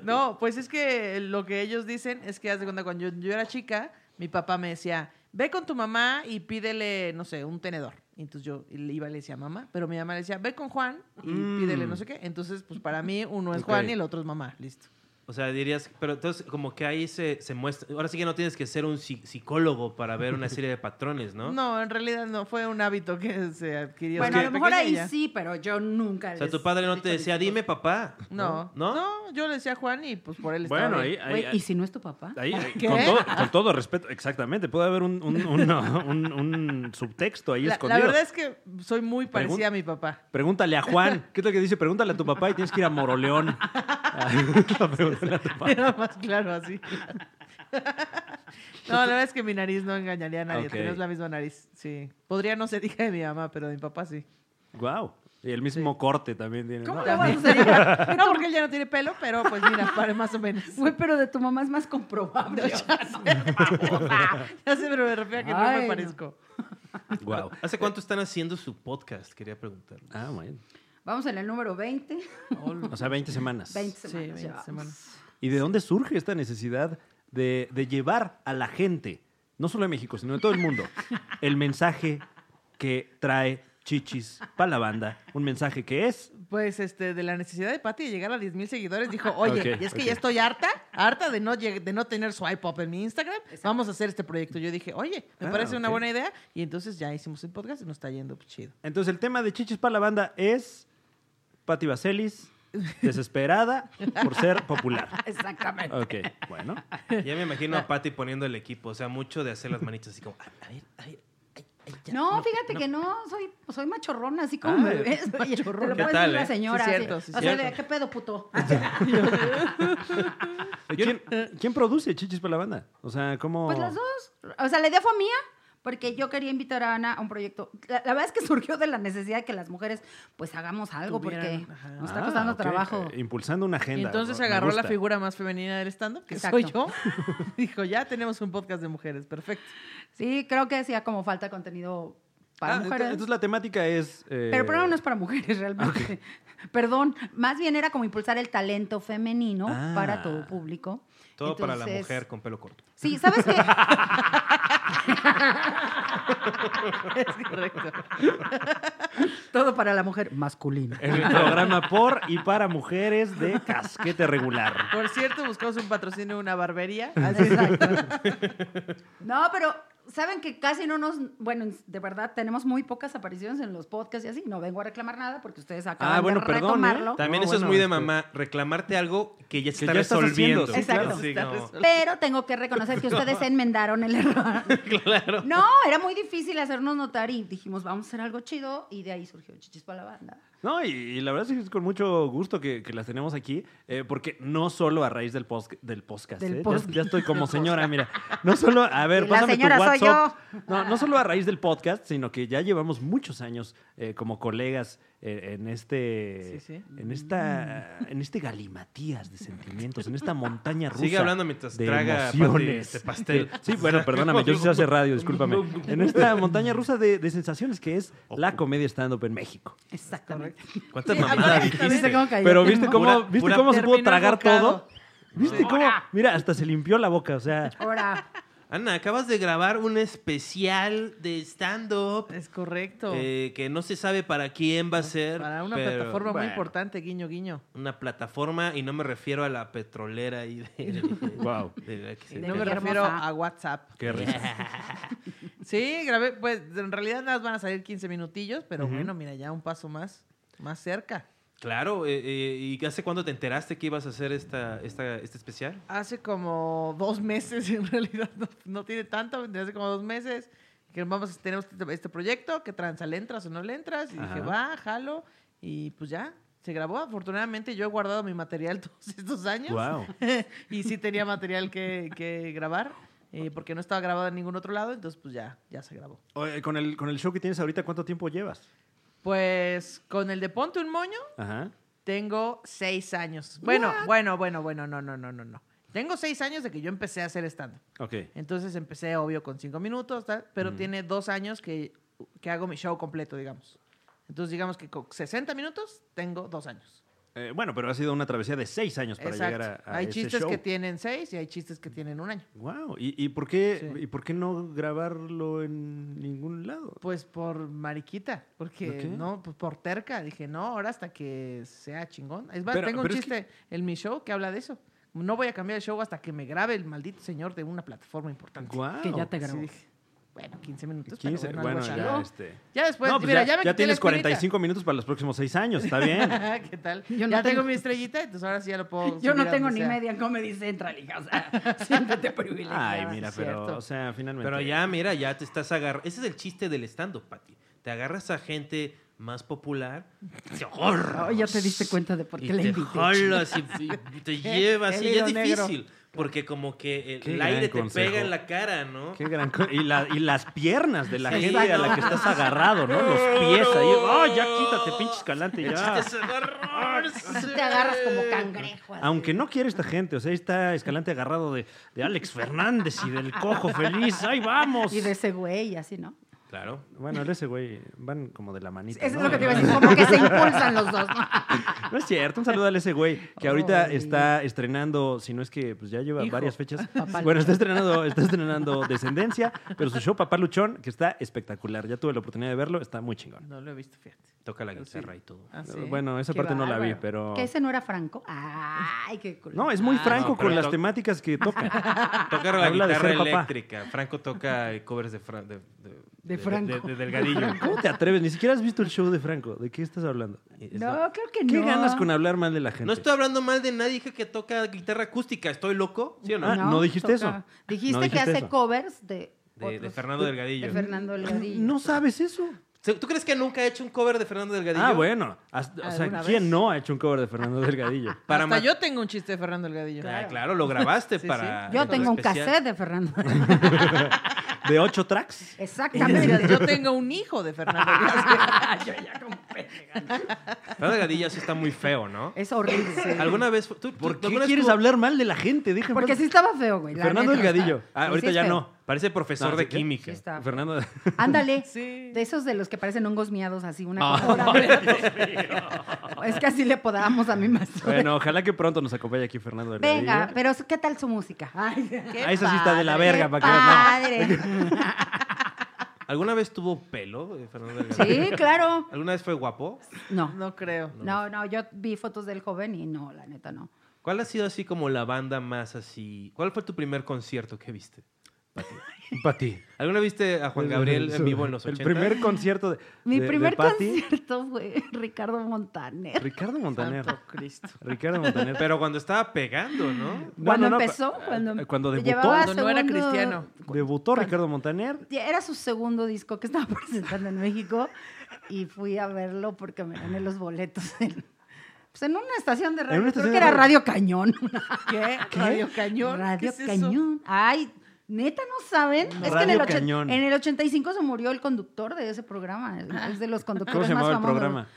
C: No, pues es que lo que ellos dicen es que, haz de cuenta, cuando yo, yo era chica, mi papá me decía, ve con tu mamá y pídele, no sé, un tenedor. Y entonces yo le iba y le decía mamá, pero mi mamá le decía, ve con Juan y
F: Mm.
C: pídele no sé qué. Entonces, pues para mí uno es
F: Ok.
C: Juan y el otro es mamá, listo.
F: O sea, dirías, pero entonces como que ahí se, se muestra. Ahora sí que no tienes que ser un psi- psicólogo para ver una serie de patrones,
B: (laughs)
F: ¿no?
C: No, en realidad no, fue un hábito que se adquirió.
B: Bueno, a
C: desde
B: lo mejor
C: pequeña
B: ahí
C: ya.
B: sí, pero yo nunca.
F: O sea, tu padre no te decía, dime papá.
C: No,
F: ¿No?
C: no, yo le decía Juan y pues por él estaba
D: Bueno,
C: bien.
D: ahí. ahí-
B: ¿Y si no es tu papá?
D: ahí- ahí-
C: ¿Qué?
D: con, todo, con todo respeto, exactamente. Puede haber un, un- un- un- un subtexto ahí
C: La, la
D: escondido.
C: verdad es que soy muy parecida a mi papá.
D: Pregúntale a Juan. ¿Qué es lo que dice? Pregúntale a tu papá y tienes que ir a
C: (laughs)
D: Moroleón. A preguntarle a tu papá.
C: Era más claro así. (laughs) No, la verdad es que mi nariz no engañaría a nadie.
D: Ok.
C: Tenemos la misma nariz, sí. Podría no ser hija de mi mamá, pero de mi papá sí.
D: Guau. Y el mismo corte también tiene.
B: ¿Cómo
D: ¿no?
B: le vas a
C: Sí,
B: decir?
C: ya. (laughs) No, porque él ya no tiene pelo, pero pues mira, para más
B: (laughs)
C: o menos.
B: Güey, pero de tu mamá es más comprobable.
C: Ya sé, pero me refiero a que
B: Ay,
C: no me
B: no.
C: parezco.
D: Guau.
F: ¿Hace cuánto están haciendo su podcast? Quería preguntarle.
D: Ah, bueno.
B: Vamos en el número (laughs) 20.
D: O sea, 20 semanas.
B: 20
C: Sí,
B: semanas.
C: 20
B: ya vamos.
C: semanas.
D: ¿Y de dónde surge esta necesidad de, de llevar a la gente, no solo de México, sino de todo el mundo,
C: (laughs)
D: el mensaje que trae Chichis para la banda? Un mensaje que es.
C: Pues este, de la necesidad de Pati de llegar a 10 mil seguidores, dijo, oye,
D: Ok,
C: y es que
D: ok.
C: ya estoy harta, harta de no, lleg- de no tener swipe up en mi Instagram, vamos a hacer este proyecto. Yo dije, oye, me
D: Ah,
C: parece una
D: ok.
C: buena idea, y entonces ya hicimos el podcast y nos está yendo pues, chido.
D: Entonces, el tema de Chichis para la banda es. Patti Vaselis, desesperada por ser popular.
B: (laughs) Exactamente.
D: Ok, bueno.
F: Ya me imagino a Patty poniendo el equipo. O sea, mucho de hacer las manitas así como, "Ah, a, a ver, a ver. ay, ay, ya,
B: no, fíjate que no, soy, pues, soy machorrona, así como
D: Ah,
B: me ves. Oye, te lo puedes
F: ¿Qué
B: decir
F: tal,
B: a la
F: eh?
B: señora.
C: Sí,
B: así.
C: cierto, sí,
B: o sea, de
C: cierto.
B: qué pedo, puto. Ah,
D: ¿Quién, quién produce Chichis para la banda? O sea, ¿cómo.?
B: eh, Pues las dos. O sea, la idea fue mía porque yo quería invitar a Ana a un proyecto. La, la verdad es que (laughs) surgió de la necesidad de que las mujeres pues hagamos algo
C: Tuvieran,
B: porque
C: ajá.
B: nos está
D: Ah,
B: costando
D: ok,
B: trabajo.
D: eh, impulsando una
C: Y
D: agenda.
C: entonces
D: Me
C: agarró la
D: gusta.
C: figura más femenina del stand-up, que soy yo.
B: Exacto.
C: Dijo, ya tenemos un podcast de mujeres, perfecto. (laughs)
B: Sí, creo que hacía como falta contenido para
D: Ah, ento-
B: mujeres.
D: Entonces la temática es. eh,
B: Pero el programa no es para mujeres (laughs) realmente. Perdón, más bien era como impulsar el talento femenino
D: Ah.
B: para todo público.
F: Todo para la
B: Entonces,
F: mujer con pelo corto.
B: Sí, ¿sabes qué?
C: Es correcto.
B: todo para la mujer masculina.
D: El programa por y para mujeres de casquete regular.
C: Por cierto, buscamos un patrocinio de una barbería.
B: No, pero saben que casi no nos, bueno, de verdad tenemos muy pocas apariciones en los podcasts y así. No vengo a reclamar nada porque ustedes acaban
D: bueno,
B: de
D: perdón, ¿eh?
B: retomarlo.
F: También
D: No,
F: eso es
D: bueno,
F: muy de
D: este-
F: mamá, reclamarte algo que ya se
D: Que
F: está
D: ya estás
F: resolviendo.
D: haciendo, sí,
B: Exacto.
F: Sí,
C: Está
F: como-
C: resuelto.
B: Pero tengo que reconocer que ustedes enmendaron el error.
F: claro.
B: No, era muy difícil hacernos notar y dijimos, vamos a hacer algo chido y de ahí surgió Chichis para la banda.
D: No, y, y la verdad es que es con mucho gusto que, que las tenemos aquí, eh, porque no solo a raíz del, pos- del
B: (laughs)
D: podcast,
B: Del
D: ¿eh? Ya-
B: pos-
D: ya, estoy como señora, mira. No solo, a ver,
B: Y (laughs) la
D: pásame
B: señora
D: tu
B: soy
D: WhatsApp. No, no solo a raíz del podcast, sino que ya llevamos muchos años eh, como colegas eh, en este
C: Sí, sí.
D: en esta en este galimatías de sentimientos, en esta montaña rusa.
F: Sigue hablando mientras
D: de
F: traga Pati,
D: emociones.
F: este pastel.
D: (laughs) Sí, bueno, perdóname, yo sí hace radio,
F: (laughs)
D: discúlpame. En esta montaña rusa de, de sensaciones que es la comedia stand-up en México.
B: Exactamente.
F: ¿Cuántas
C: Sí,
F: mamadas
C: aparte,
F: dijiste?
C: cómo
B: cayó?
D: Pero viste cómo,
F: Pura-
D: ¿viste
F: pura-
D: cómo se pudo
C: Terminó
D: tragar
C: enfocado.
D: todo. ¿Viste cómo? Mira, hasta se limpió la boca, o sea,
B: Ahora,
F: Ana, acabas de grabar un especial de stand-up
C: Es correcto.
F: eh, que no se sabe para quién va a ser.
C: Para una
F: pero,
C: plataforma
F: bueno,
C: muy importante, guiño, guiño.
F: Una plataforma, y no me refiero a la petrolera ahí de.
D: wow,
F: de la que se-
C: Y
B: De
C: no me
B: Guillermo
C: refiero
B: Fa.
C: a WhatsApp.
D: qué risa.
C: (laughs) Sí, grabé, pues en realidad nada más van a salir 15 minutillos, pero bueno, mira, ya un paso más, más cerca.
F: Claro, eh, eh, ¿y hace cuándo te enteraste que ibas a hacer esta, esta, este especial?
C: Hace como dos meses, (laughs) en realidad no, no tiene tanto, desde hace como dos meses que vamos, tenemos este, este proyecto, que tranza, le entras o no le entras, y
D: Ajá.
C: dije, va, jalo, y pues ya, se grabó. Afortunadamente yo he guardado mi material (laughs) todos estos años.
D: Wow.
C: y sí tenía material que, que grabar, eh, porque no estaba grabado en ningún otro lado, entonces pues ya, ya se grabó.
D: Oye, con el con el show que tienes ahorita, ¿cuánto tiempo llevas?
C: Pues con el de Ponte un Moño
D: Ajá.
C: tengo seis años. Bueno, bueno, bueno, bueno, no, no, no, no, no. Tengo seis años de que yo empecé a hacer stand
D: Ok.
C: Entonces empecé, obvio, con cinco minutos, tal, pero tiene dos años que, que hago mi show completo, digamos. Entonces, digamos que con 60 minutos tengo dos años.
D: Eh, bueno, pero ha sido una travesía de seis años Pues para
C: Exacto.
D: llegar a, a
C: hay
D: ese
C: chistes
D: show.
C: que tienen seis y hay chistes que tienen un año.
D: Wow. ¿Y, y por qué,
C: Sí.
D: ¿Y por qué no grabarlo en ningún lado?
C: Pues por mariquita, porque
D: ¿Por qué?
C: no, pues por terca. Dije, no, ahora hasta que sea chingón. Es más,
D: Pero-
C: tengo un
D: pero es
C: chiste en mi show que habla de eso. No voy a cambiar el show hasta que me grabe el maldito señor de una plataforma importante.
D: Wow.
B: que ya te
C: Así
B: grabó.
C: dije, bueno, 15 minutos.
D: 15,
C: pero bueno,
D: bueno,
C: algo
D: ya,
C: shallow.
D: este.
C: Ya después,
D: no, pues
C: mira,
D: ya,
C: ya, me
D: ya
C: quité la
D: tienes
C: espinita.
D: 45 minutos para los próximos seis años, está
C: (laughs)
D: bien.
C: ¿Qué tal?
B: Yo no
C: ya tengo
B: tengo-
C: mi estrellita, entonces ahora sí ya lo puedo.
B: Yo no
C: subir a
B: tengo
C: donde
B: ni
C: sea.
B: media Comedy Central, hija. O sea, (laughs) siéntete privilegiada.
D: Ay, mira,
C: es
D: pero,
C: cierto.
D: o sea, finalmente.
F: Pero ya, mira, ya te estás agarrando. Ese es el chiste del stand-up, Pati. Te agarras a gente más popular, te
B: Oh,
F: ahorras.
B: ya te diste cuenta de por
F: y
B: qué la
F: te
B: invité.
F: jalas y, y
B: (laughs)
F: te llevas.
C: El
F: Y es
C: hilo negro.
F: difícil. Porque como que el,
D: Qué
F: el
D: gran
F: aire te
D: consejo.
F: pega en la cara, ¿no?
D: Qué gran co- y, la- y las piernas de la
F: Sí,
D: gente a la que
F: no.
D: estás agarrado, ¿no?
F: (laughs)
D: Los pies ahí. ¡Ah, ya quítate, pinche escalante!
F: El
D: Ya.
F: chiste (laughs) es agarrarse.
B: Tú Ah. te agarras como cangrejo. así.
D: Aunque no quiere esta gente, o sea, ahí está Escalante agarrado de, de Alex Fernández y del cojo feliz. ¡Ahí vamos!
B: Y de ese güey, así, ¿no?
F: Claro.
D: Bueno, el ese güey van como de la manita.
B: Eso es
D: ¿no?
B: lo que te iba a decir, como que se impulsan los dos, ¿no?
D: (laughs) No es cierto, un saludo al ese güey que ahorita
B: Ay.
D: está estrenando, si no es que pues ya lleva
C: Hijo.
D: varias
F: (laughs)
D: fechas.
B: Papá
D: Bueno,
B: Luchón.
D: está estrenando, está estrenando Descendencia, pero su show Papá Luchón, que está espectacular. Ya tuve la oportunidad de verlo, está muy chingón.
C: No lo he visto, fíjate.
F: Toca la
C: Sí.
F: guitarra y todo.
C: Ah, sí.
D: Bueno, esa
C: Qué
D: parte (laughs) no la vi,
C: bárbaro.
D: pero.
B: Que ese no era Franco. Ay, qué cool.
D: No, es muy
B: Ah,
D: franco
F: no, pero
D: con las
F: to-
D: temáticas
B: (laughs)
D: que toca.
F: Toca la
D: Habla de
F: guitarra
D: ser papá.
F: eléctrica. Franco toca eh, covers de, Fran- de, de- de-
B: Franco.
F: de- de Delgadillo.
D: ¿Cómo te atreves? Ni siquiera has visto el show de Franco. ¿De qué estás hablando?
F: Es
B: No,
F: la-
B: creo que no.
D: ¿Qué ganas con hablar mal de la gente?
F: No estoy hablando mal de nadie hija, que toca guitarra acústica. ¿Estoy loco? ¿Sí o no?
D: Ah, no dijiste eso.
B: Dijiste,
D: No
B: que
D: dijiste
B: hace
D: eso.
B: covers de.
F: De- de
B: otros-
F: Fernando Delgadillo.
B: De Fernando Delgadillo.
D: No sabes eso.
F: Se- ¿Tú crees que nunca he hecho un cover de Fernando Delgadillo?
D: Ah, bueno. Hasta- o sea,
C: ¿Alguna
D: ¿quién
C: vez?
D: no ha hecho un cover de Fernando Delgadillo?
F: Para
C: Hasta
F: ma-
C: yo tengo un chiste de Fernando Delgadillo.
F: Ah, Claro. lo grabaste
C: Sí, sí.
F: para.
B: Yo
F: para
B: tengo un
F: especial.
B: cassette de Fernando.
D: (laughs) ¿De ocho tracks?
C: Mira,
B: Exactamente.
C: yo tengo un hijo
B: (laughs)
C: de Fernando Delgadillo.
B: Yo ya compré.
F: Fernando Delgadillo sí está muy
B: (laughs)
F: feo, ¿no?
B: Es horrible.
F: ¿Alguna vez.? fu- ¿tú, tú-
D: ¿Por qué
F: alguna vez
D: quieres
F: tú-
D: hablar mal de la gente? Déjame
B: Porque sí estaba feo, güey. la
D: Fernando
B: neta.
D: Delgadillo. Ah,
B: Sí,
D: ahorita
B: sí
D: ya
B: es feo.
D: no.
F: Parece profesor
D: No,
F: de
D: ¿sí qué?
F: química.
B: Sí está.
D: Fernando.
B: Ándale.
C: Sí.
B: De esos de los que parecen hongos miados, así una
D: Ah.
B: cosa
D: (laughs)
B: horrible. (laughs) Es que así le podábamos a mi maestro. de-
D: (laughs) Bueno, ojalá que pronto nos acompañe aquí Fernando Delgadillo.
B: Venga, pero ¿qué tal su música? Ay,
C: Qué
D: Ah, esa sí está de la
C: padre.
D: verga,
B: qué
D: para que veas,
B: padre.
D: (laughs)
F: ¿Alguna vez tuvo pelo eh, Fernando Delgadillo?
B: Sí, claro.
F: ¿Alguna vez fue guapo?
B: No.
C: No creo.
B: No, no, yo vi fotos del joven y no, la neta no.
F: ¿Cuál ha sido así como la banda más así? ¿Cuál fue tu primer concierto que viste?
D: no. Para ti.
F: ¿Alguna vez viste a Juan Gabriel
D: (laughs)
F: en vivo en los 80?
D: El primer concierto de.
B: Mi
D: de- de
B: primer
D: Patti.
B: concierto fue Ricardo Montaner.
D: Ricardo Montaner.
C: Santo Cristo.
D: Ricardo Montaner.
F: Pero cuando estaba pegando, ¿no?
B: Cuando
D: Bueno, no,
B: empezó,
D: pa-
B: cuando,
D: cuando debutó.
B: llevaba
C: Cuando no era
B: segundo-
C: cristiano.
D: Debutó Ricardo Montaner.
B: Era su segundo disco que estaba (laughs) presentando en México y fui a verlo porque me gané los boletos (laughs) en, pues en una estación de radio.
D: una estación
B: Creo que
D: de
B: era
D: radio.
B: Radio Cañón.
C: ¿Qué? Radio Cañón. ¿Qué
B: Radio
C: es eso?
B: Cañón. Ay, neta, no saben. es que en el,
D: Radio
B: ocho-
D: Cañón.
B: en el 85 se murió el conductor de ese programa. Es de los
D: ¿Cómo
B: conductores
D: se
B: Ah, más
D: llamaba el
B: famosos.
D: programa?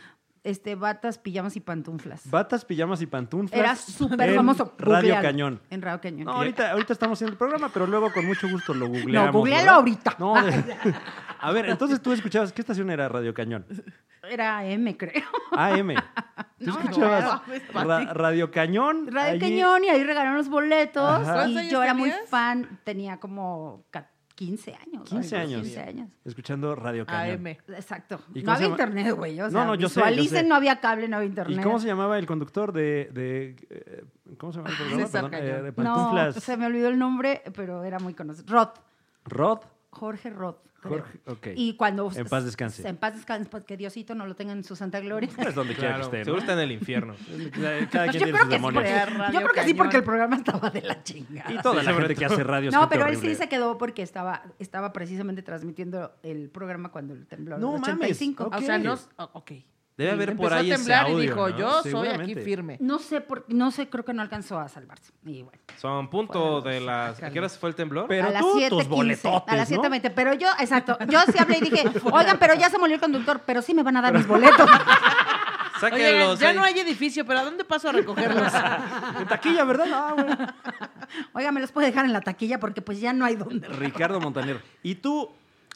B: este, batas, pijamas y pantuflas.
D: Batas, pijamas y pantuflas.
B: Era súper
D: en
B: famoso.
D: Radio
B: Googlealo.
D: Cañón.
B: En Radio Cañón.
D: No, ahorita, ahorita estamos haciendo el programa, pero luego con mucho gusto lo googleamos.
B: No, googlealo
D: ¿verdad?
B: ahorita.
D: No, (laughs) a ver, entonces tú escuchabas, ¿qué estación era Radio Cañón?
B: Era M, creo. (laughs)
D: AM. Tú
B: No, pues,
D: escuchabas
C: no, es
D: Ra- Radio Cañón.
B: Radio
D: allí-
B: Cañón y ahí regalaron los boletos.
D: Ajá.
B: Y
C: ¿Cuántos
B: yo
C: años
B: era muy
C: tenías?
B: fan, tenía como ca- 15 años.
D: 15
B: algo,
D: años.
B: 15 años.
D: Escuchando Radio Cañón.
C: AM.
B: Exacto.
D: ¿Y
B: No
D: cómo
B: había
D: se llama?
B: internet, güey. O sea,
D: No, no, yo sé, yo
B: visualicen,
D: sé.
B: no había cable, no había
D: ¿Y
B: internet.
D: cómo se llamaba el conductor de... de, eh, ¿Cómo se llama el
B: Ah,
D: programa?
C: César
D: Perdón,
C: Cañón.
D: eh, de
B: No,
D: pantuflas.
B: se me olvidó el nombre, pero era muy conocido. Rod,
D: Rod.
B: Jorge Rod. creo.
D: Jorge, ok.
B: Y cuando...
D: En paz descanse.
B: En paz descanse, porque Diosito no lo tenga en su santa gloria. (laughs)
D: Pues donde quiera
F: Claro,
D: que esté,
F: Seguro
D: ¿no?
F: está en el
D: (laughs)
F: infierno.
D: Cada quien
B: Yo
D: tiene
B: creo
D: sus
B: que, sí,
D: demonios.
B: porque, yo creo
C: demonios.
B: que sí,
C: Radio
B: porque el
C: Cañón.
B: programa estaba de la chingada.
D: Y toda
F: Sí,
D: la
F: sobre
D: gente que
F: todo.
D: hace radio es
B: No,
D: gente
B: pero él sí
D: horrible.
B: se quedó porque estaba, estaba precisamente transmitiendo el programa cuando el temblor
D: No
B: del
D: mames,
B: 85.
D: ok.
C: O sea, no. o- Ok.
F: Debe haber por
C: Empezó
F: ahí
C: a
F: ese
C: temblar
F: audio,
C: y dijo,
F: ¿no?
C: yo soy aquí
D: Seguramente.
C: firme.
B: No sé por, no sé, creo que no alcanzó a salvarse. Y bueno,
F: Son punto de las... ¿A
C: sácale.
F: qué horas fue el temblor?
D: Pero
B: a las
D: tú,
B: 7:15,
D: tus boletotes,
B: a las
D: ¿no?
B: 7:20, pero yo, exacto, yo sí hablé y dije,
D: (laughs)
B: "Oigan, pero ya se murió el conductor, pero sí me van a dar mis boletos."
C: Oye,
F: Sáquenlos.
C: ya
F: eh.
C: no hay edificio, pero ¿a dónde paso
B: (laughs)
C: a recogerlos?
D: En taquilla, ¿verdad? Ah, güey.
B: Oigan, me los puede dejar en la taquilla porque pues ya no hay dónde.
D: Ricardo Montaner. Y tú,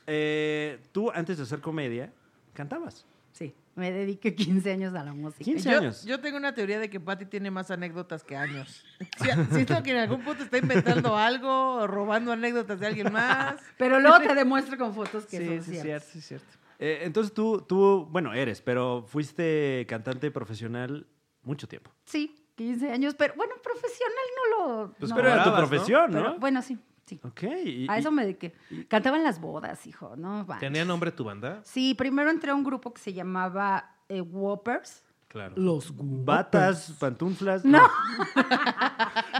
D: eh, tú antes de hacer comedia, cantabas.
B: Sí, me dediqué 15 años a la música.
D: 15
C: yo,
D: años.
C: yo tengo una teoría de que Patty tiene más anécdotas que años. Si- Siento que en algún punto está inventando algo, o robando anécdotas de alguien más.
B: Pero luego te demuestro con fotos que
C: Sí,
B: son
C: sí, es
B: ciertas.
C: cierto, sí, es cierto.
D: Eh, entonces tú, tú, bueno, eres, pero fuiste cantante profesional mucho tiempo.
B: Sí, 15 años, pero bueno, profesional no lo
F: Pues,
B: no,
D: pero era tu
F: Cobrabas, ¿no?
D: profesión, ¿no?
B: pero, bueno, sí, sí.
D: ok. y-
B: A eso
D: y-
B: me dediqué. Cantaba en las bodas, hijo, no manches.
F: ¿Tenía nombre tu banda?
B: Sí, primero entré a un grupo que se llamaba eh, Whoppers.
C: (laughs)
F: Claro.
A: Los
D: Batas, pantuflas.
B: No.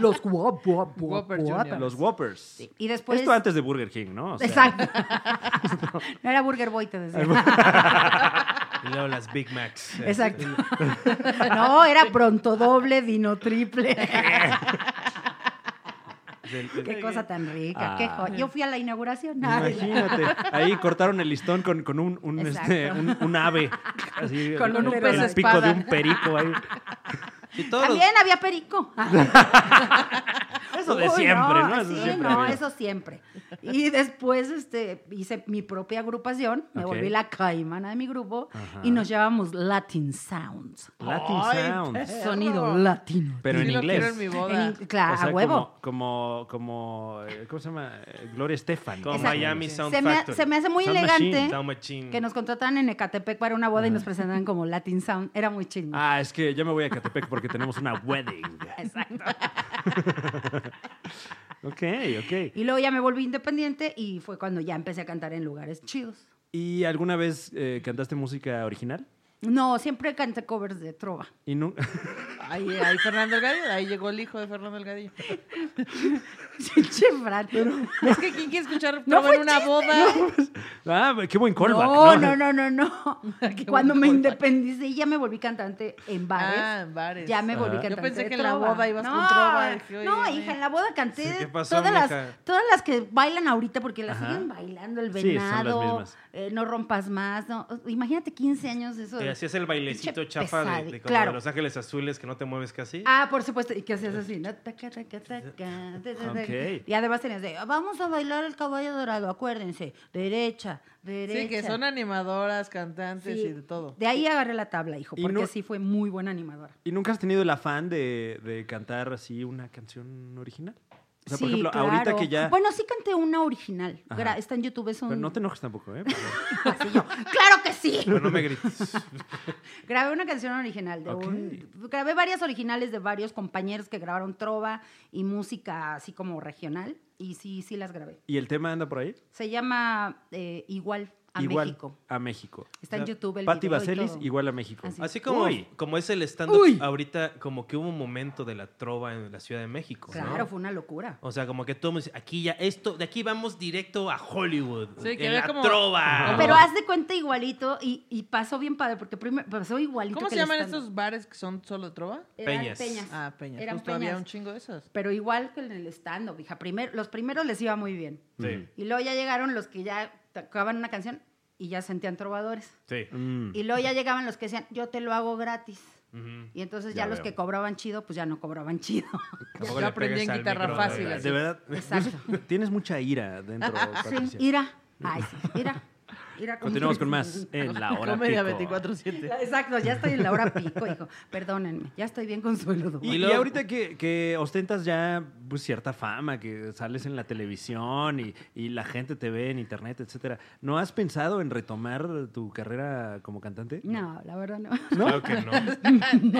A: Los ah, guap, guap, guap,
C: Whopper
A: guap.
C: Junior.
D: Los Whoppers.
B: Y después.
D: Esto antes de Burger King, ¿no? O sea, (laughs)
B: Exacto. (laughs) no era Burger Boy, te decía.
F: Y luego las Big Macs. eh.
B: (laughs) Exacto. no, era pronto doble, dino triple.
D: (laughs)
F: Del-
B: Qué cosa tan rica.
D: Ah.
B: Qué jo- Yo fui a la inauguración. Ay,
D: Imagínate, ahí cortaron el listón con, con un, un,
B: Exacto.
D: este, un- un ave, así,
B: Con
D: el-
B: un
D: el,
B: pez
D: pico
C: espada.
D: de un perico ahí.
F: Y todos los-
B: También había
D: (laughs)
B: perico. Ah.
D: Eso de
B: Uy,
D: siempre, ¿no? Eso
B: sí, no,
D: siempre ha habido.
B: eso siempre. Y después este, hice mi propia agrupación, me
D: Ok.
B: volví la caimana de mi grupo
D: Ajá.
B: y nos llevábamos Latin Sounds.
D: Latin
C: Ay,
D: Sound.
C: perro.
B: Sonido latino.
D: Pero
C: Sí
D: en
C: lo quiero
D: inglés.
C: en mi
B: En
C: boda.
B: in- claro,
D: O sea,
B: a huevo.
D: Como, como, como, eh, ¿cómo se llama? Eh, Gloria Estefan.
F: Como
B: Exacto.
F: Miami Sound
B: Se me,
F: Factory.
B: se me hace muy
D: Sound
B: elegante
D: Machine,
F: Sound Machine.
B: que nos contrataran en Ecatepec para una boda y nos presentaran como Latin Sound. Era muy chingón.
D: Ah, es que ya me voy a Catepec porque tenemos una
B: (laughs)
D: wedding.
B: Exacto.
D: Ok, ok.
B: Y luego ya me volví independiente y fue cuando ya empecé a cantar en lugares chidos.
D: ¿Y alguna vez eh, cantaste música original?
B: No, siempre canté covers de trova. (laughs)
D: Y nu- (laughs)
C: Ahí, ahí Fernando el Gadillo, ahí llegó el hijo de Fernando el Gadillo.
B: Che, Fran.
C: Es que ¿quién quiere escuchar
B: No
C: no
B: fue
C: en una boda?
D: ah, qué buen callback.
B: No, no, no, no, no.
C: (laughs) Ah, Qué
B: Cuando
C: buen
B: me
C: callback.
B: independicé y ya me volví cantante en bares.
C: Ah, en bares.
B: Ya me volví
D: Ajá.
B: cantante.
C: Yo pensé
B: de
C: que en la
B: trova.
C: boda ibas
B: no,
C: con trova, dije, oye,
B: no,
C: oye.
B: hija, en la boda canté
F: Sí, ¿qué pasó,
B: todas,
F: mija?
B: las, todas las que bailan ahorita porque las
D: Ajá.
B: siguen bailando, el
D: Sí, son las
B: venado,
D: mismas.
B: eh, no rompas más. no. Imagínate 15 años de eso.
F: Te hacías el bailecito
B: Pinche
F: chafa de, de
B: pesadi-
F: como
B: claro.
F: de Los Ángeles Azules que no te mueves casi.
B: Ah, por supuesto. Y que hacías así. ¿no? Taca, taca, taca, ta, ta, ta.
D: Ok.
B: Y además tenías de, vamos a bailar el caballo dorado, acuérdense. Derecha, derecha.
C: Sí, que son animadoras, cantantes
B: Sí.
C: y de todo.
B: De ahí agarré la tabla, hijo,
D: Y
B: porque
D: no-
B: sí fue muy buena animadora.
D: ¿Y nunca has tenido el afán de, de cantar así una canción original? O sea, por
B: Sí,
D: ejemplo,
B: claro.
D: ahorita que ya...
B: Bueno, sí canté una original.
D: Ajá.
B: Gra- Está en YouTube, es un...
D: Pero no te enojes tampoco, ¿eh? Porque-
B: (laughs) ¡Claro que sí!
F: Pero no
B: (laughs)
F: me grites.
B: Grabé una canción original. De
D: Ok.
B: un- Grabé varias originales de varios compañeros que grabaron trova y música así como regional. Y sí, sí las grabé.
D: ¿Y el tema anda por ahí?
B: Se llama eh, Igual a
D: igual
B: México.
D: a México.
B: Está en
F: Ya.
B: YouTube el
D: Patti
B: video y
D: Vaselis,
B: todo.
D: igual a México.
B: Así.
F: Así como,
D: Uy.
F: como es el stand-up
D: Uy.
F: ahorita, como que hubo un momento de la trova en la Ciudad de México. ¿no?
B: Claro, fue una locura.
F: O sea, como que todo el mundo dice, aquí ya, esto, de aquí vamos directo a Hollywood.
C: Sí, que
F: en
C: ve
F: la
C: como-
F: trova.
C: como-
B: Pero haz de cuenta igualito y, y pasó bien padre, porque primero pasó igualito.
C: ¿Cómo
B: que
C: se
B: el
C: llaman
B: stand-up.
C: estos bares que son solo de trova?
B: Eran
F: Peñas.
C: Ah, Peña.
B: Eran
C: Justo había
B: peñas.
C: un chingo de esos.
B: Pero igual que en el stand-up,
C: Mm.
B: hija. Primero, los primeros les iba muy bien.
F: Sí.
B: Y luego ya llegaron los que ya tocaban una canción y ya sentían trovadores.
F: Sí.
D: Mm.
B: Y luego ya llegaban los que decían, yo te lo hago gratis.
F: Ujú.
B: Y entonces
F: Ya
B: ya, los
F: veo.
B: que cobraban chido, pues ya no cobraban
D: (laughs)
B: chido.
F: Tampoco
C: Yo
F: le
C: aprendí
F: pegues
C: en
F: al
C: guitarra
F: micro,
C: fácil,
F: ¿verdad?
C: así.
D: De verdad,
B: Exacto.
D: (laughs) tienes mucha ira dentro,
B: (laughs) Sí,
D: Patricia.
B: ira. Ay, sí, ira. Ira como-
D: Continuamos con
B: (laughs)
D: más en la hora
C: Comedia
D: pico.
C: (laughs) 24-7.
B: Exacto, ya estoy en la hora pico, hijo. Perdónenme, ya estoy bien consuelo.
D: Y,
F: Y
D: y
F: luego-
D: ahorita que, que ostentas ya pues, cierta fama, que sales en la televisión y, y la gente te ve en internet, etcétera, ¿no has pensado en retomar tu carrera como cantante?
B: No, la verdad
D: (laughs)
B: no.
F: Claro que no.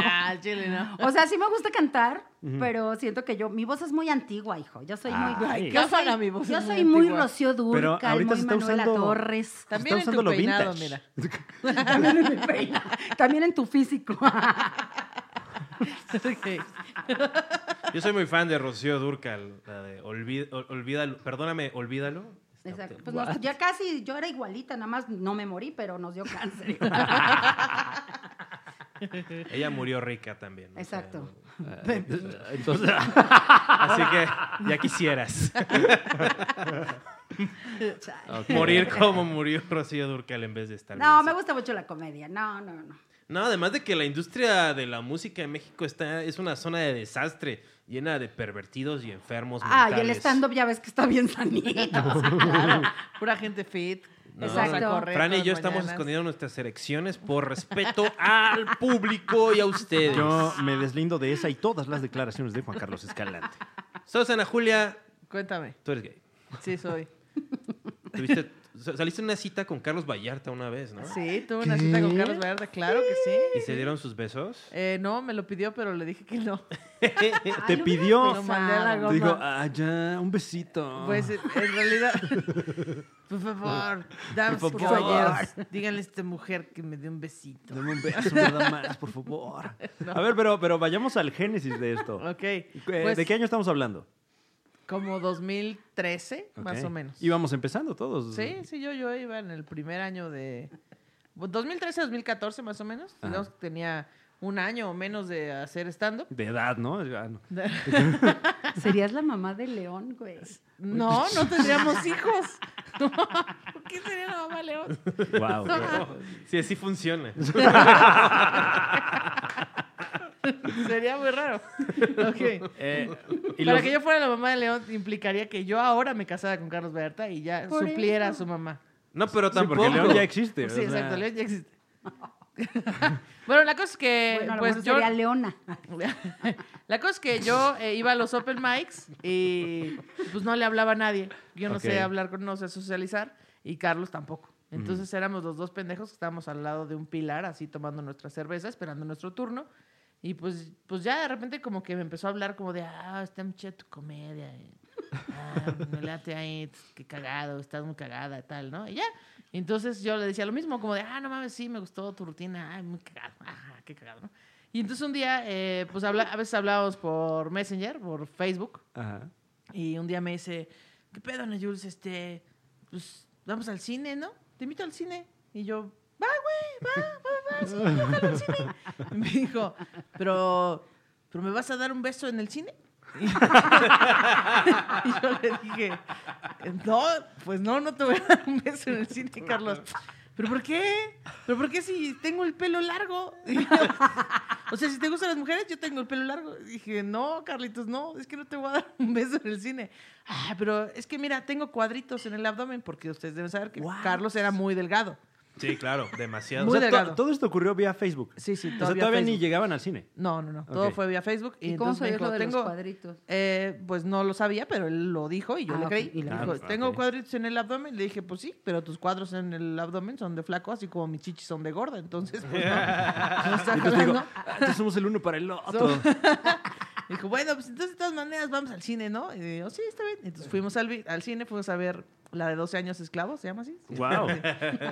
C: Ah, al chile, no.
B: O sea, sí me gusta cantar, pero siento que yo, mi voz es muy antigua, hijo. Yo soy muy.
D: Ay,
B: yo
C: qué
B: soy,
C: mala, mi voz
B: yo
C: es muy
B: soy muy
C: antigua.
B: Rocío
D: Pero
B: Durcal,
D: ahorita
B: muy
D: se está
B: Manuela
D: usando-
C: (laughs)
B: Torres.
C: También en
D: Está
C: tu
D: usando lo
C: peinado,
D: vintage.
C: mira.
B: También en, mi peinado, también en tu físico.
D: (laughs)
C: (laughs) Ok.
F: Yo soy muy fan de Rocío Durcal, la de Olvi- Ol- Olvídalo, perdóname, olvídalo.
B: (laughs)
F: Está-
B: Exacto.
F: te-
B: Pues nos- ya casi, yo era igualita, nada más no me morí, pero nos dio cáncer. igual.
F: Ella murió rica también. o sea,
B: Exacto.
F: (laughs)
D: Eh, Entonces,
F: así que ya (laughs) quisieras
B: Chale.
F: morir como murió Rocío Durcal en vez de estar.
B: No,
F: bien.
B: me gusta mucho la comedia. No, no, no.
F: No, además de que la industria de la música en México está, es una zona de desastre, llena de pervertidos y enfermos.
B: Ah, y el
F: mentales.
B: stand-up ya ves que está bien sanito.
C: Claro, pura gente fit.
F: No.
B: Exacto.
C: Vamos a correr
F: Fran y
C: todas
F: yo estamos
C: mañanas.
F: escondiendo nuestras erecciones por respeto al público y a ustedes.
D: yo me deslindo de esa y todas las declaraciones de Juan Carlos
C: (laughs)
D: Escalante.
F: Susana Julia,
C: Cuéntame.
F: tú eres gay.
C: Sí, soy.
F: Tuviste- sa- saliste en una cita con Carlos Vallarta una vez, ¿no?
C: Sí, tuve una cita con Carlos Vallarta, claro que sí.
F: ¿Y se dieron sus besos?
C: Eh, no, me lo pidió, pero le dije que no.
D: Te pidió,
C: Lo mandé a la
D: te digo,
C: goma.
D: ah, ya, un besito.
C: Pues eh, en realidad, (laughs) por favor, damas
D: Por
C: y
D: favor.
C: caballeros, díganle a esta mujer que me dé un besito.
D: Dame un beso, nada más, por
C: (laughs)
D: favor. A ver, pero, pero vayamos al génesis de esto.
C: Ok.
D: Eh,
C: Pues,
D: ¿De qué año estamos hablando?
C: Como 2013, más
D: Ok.
C: o menos.
D: Íbamos empezando todos.
C: Sí, sí, yo, yo iba en el primer año de... pues, 2013-2014, más o menos.
D: Ajá.
C: Digamos que tenía un año o menos de hacer stand-up.
D: De edad, ¿no? Ah,
C: (laughs)
D: no.
B: (laughs) Serías la mamá de León, güey.
C: No,
D: (laughs)
C: no tendríamos hijos. (laughs) ¿Por qué sería la mamá de León?
D: Wow.
F: Sí, así funciona.
C: Sería muy raro. Ok.
D: (laughs) Eh, y
C: Para
D: los- (laughs)
C: que yo fuera la mamá de León implicaría que yo ahora me casara con Carlos Berta y ya
B: Por
C: supliera a
B: eso.
C: su mamá.
F: No, pero
D: Sí,
F: tampoco.
D: porque León ya existe.
C: Sí,
D: o sea,
C: exacto, León ya existe. (laughs) bueno, la cosa es que
B: Bueno, a lo
C: pues
B: mejor
C: yo
B: sería Leona.
C: (laughs) la cosa es que yo eh, iba a los open mics y pues no le hablaba a nadie. Yo no
D: Ok.
C: sé hablar con, no sé socializar y Carlos tampoco. Entonces éramos los dos pendejos que estábamos al lado de un pilar así tomando nuestra cerveza, esperando nuestro turno. Y pues, pues ya de repente como que me empezó a hablar como de, ah, está muy chida tu comedia. eh. Ah, me late ahí, tss, qué cagado, estás muy cagada, tal, ¿no? Y ya. Entonces yo le decía lo mismo, como de, ah, no mames, sí, me gustó tu rutina, ay, muy cagado, ajá, qué cagado, ¿no? Y entonces un día, eh, pues habla- a veces hablábamos por Messenger, por Facebook,
D: Ajá.
C: y un día me dice, ¿qué pedo, Ana Jules? Este, pues vamos al cine, ¿no? Te invito al cine. Y yo, va, güey, va, va, va, va, sí, ojalá al cine. Y me dijo, pero, pero ¿me vas a dar un beso en el cine? (laughs) Y yo le dije, no, pues no, no te voy a dar un beso en el cine, Carlos. ¿Pero por qué? ¿Pero por qué si tengo el pelo largo? Y yo, o sea, si te gustan las mujeres, yo tengo el pelo largo. Y dije, no, Carlitos, no, es que no te voy a dar (laughs) un beso en el cine. Ah, pero es que mira, tengo cuadritos en el abdomen porque ustedes deben saber que
D: What?
C: Carlos era muy delgado.
F: Sí, claro, demasiado.
D: O
C: Muy
D: sea, to-
C: delgado.
D: todo esto ocurrió vía Facebook.
C: Sí, sí,
D: O sea,
C: todavía
D: todavía ni
C: Facebook.
D: llegaban al cine.
C: No, no, no, todo
D: Ok.
C: fue vía Facebook. Y,
B: ¿Y cómo
C: entonces me
B: soy
C: dijo,
B: yo de los
C: tengo...
B: cuadritos?
C: eh, pues no lo sabía, pero él lo dijo y yo
B: Ah,
C: le
B: ok,
C: creí.
B: y
C: Me
B: lo
C: dijo,
D: dijo.
C: tengo
D: Ok.
C: cuadritos en el abdomen. Le dije, pues sí, pero tus cuadros en el abdomen son de flaco, así como mis chichis son de gorda. Entonces,
D: (laughs)
C: pues no. (laughs) no está
D: Entonces digo,
C: jalando.
D: "Ah, entonces somos el uno para el otro.
C: Dijo, bueno, pues entonces de todas maneras vamos al cine, ¿no? Y yo, sí, está bien. Entonces fuimos al, vi- al cine, fuimos a ver la de 12 años esclavos, ¿se llama así?
F: (laughs)
C: Sí. (laughs)
D: wow.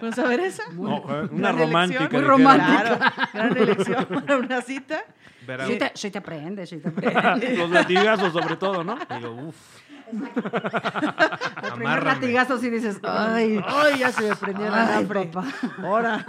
C: Fuimos a ver esa.
D: No, eh,
C: Gran
D: una
C: elección.
D: romántica.
C: Muy
D: dijera.
B: romántica.
C: Claro, gran elección (laughs) para una cita.
F: Verá-
B: Sí te, sí te aprende, sí te aprende.
D: (laughs) Los latigazos, sobre todo, ¿no?
F: Digo, uff.
B: Al primer latigazo sí dices, ay,
C: Ay, ya se me prendió el
B: ay,
C: alambre.
A: (laughs)
B: papá.
C: Ahora.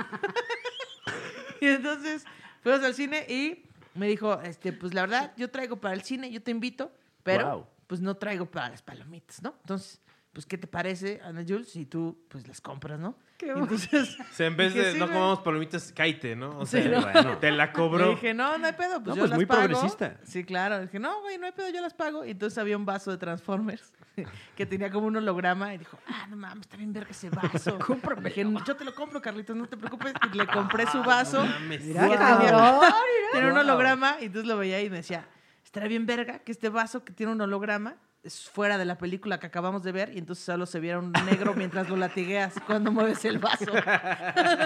C: y entonces fuimos al cine y me dijo, este, pues la verdad, yo traigo para el cine, yo te invito, pero
D: Guau.
C: pues no traigo para las palomitas, ¿no? Entonces, pues, ¿qué te parece, Ana Jules? Y tú, pues, las compras, ¿no?
B: Qué
C: Y
B: bueno.
C: Entonces,
F: O sea, en vez
C: Que
F: de
C: sí,
F: no
C: güey.
F: comamos palomitas, caite, ¿no? O
C: Sí,
F: sea,
C: ¿no?
F: bueno, te la
C: le
F: cobró.
C: dije, no, no hay pedo, pues
D: No,
C: yo
D: pues,
C: las
D: muy
C: pago.
D: progresista.
C: Sí, claro. Le dije, no, güey, no hay pedo, yo las pago. Y entonces había un vaso de Transformers (laughs) que tenía como un holograma y dijo, ah, no mames, está bien verga ese vaso. Cómprame. Dije, yo te lo compro, Carlitos, no te preocupes. Y le compré su vaso.
F: mames.
C: que
B: Mira,
C: tenía-
B: cabrón.
C: Tiene un
D: Wow.
C: holograma y entonces lo veía y me decía, estará bien verga que este vaso que tiene un holograma es fuera de la película que acabamos de ver y entonces solo se viera un negro mientras lo latigueas cuando mueves el vaso. (laughs)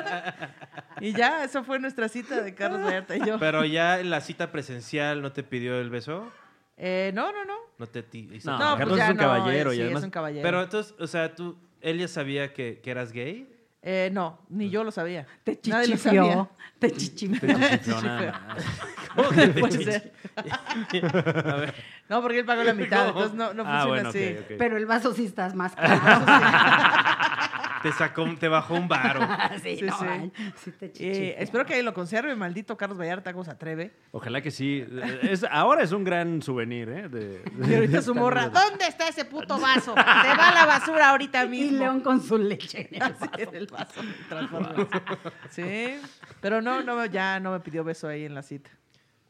C: y ya, esa fue nuestra cita de Carlos Vallarta y yo.
F: Pero ya en la cita presencial no te pidió el beso,
C: Eh, no, no, no.
F: no te ti- hizo
D: No,
F: nada.
C: No,
D: Carlos
C: pues ya
D: es un
C: no,
D: caballero
C: él
D: y
C: sí
D: además-
C: es un caballero.
F: Pero entonces, o sea, tú, él ya sabía que, que eras gay.
C: Eh, no, ni yo lo sabía.
A: Te
C: Nadie lo sabía.
A: chichifió. Te chichifió.
D: No, nada
C: (laughs)
D: más.
F: ¿Cómo que te
C: Puede
F: chichi-
C: ser. No, porque él pagó la mitad, entonces no, no funciona
D: Ah, bueno,
C: así.
D: ok, ok.
A: Pero el vaso sí estás más caro.
F: Te sacó, te bajó un varo. (laughs)
A: sí,
C: Sí,
A: no,
C: sí.
A: man, sí te
C: Eh,
A: chichifió.
C: espero que ahí lo conserve, maldito Carlos Vallarta, cómo
D: (laughs)
C: se atreve.
D: Ojalá que sí. Es, ahora es un gran souvenir, ¿eh? De,
C: Y ahorita su morra, ¿dónde está ese puto vaso? Se va a la basura ahorita
A: Y
C: mismo. (laughs)
A: León con su leche (laughs) en el vaso.
C: Sí, el vaso del Transformers.
D: (laughs)
C: Sí, pero no, no, ya no me pidió beso ahí en la cita.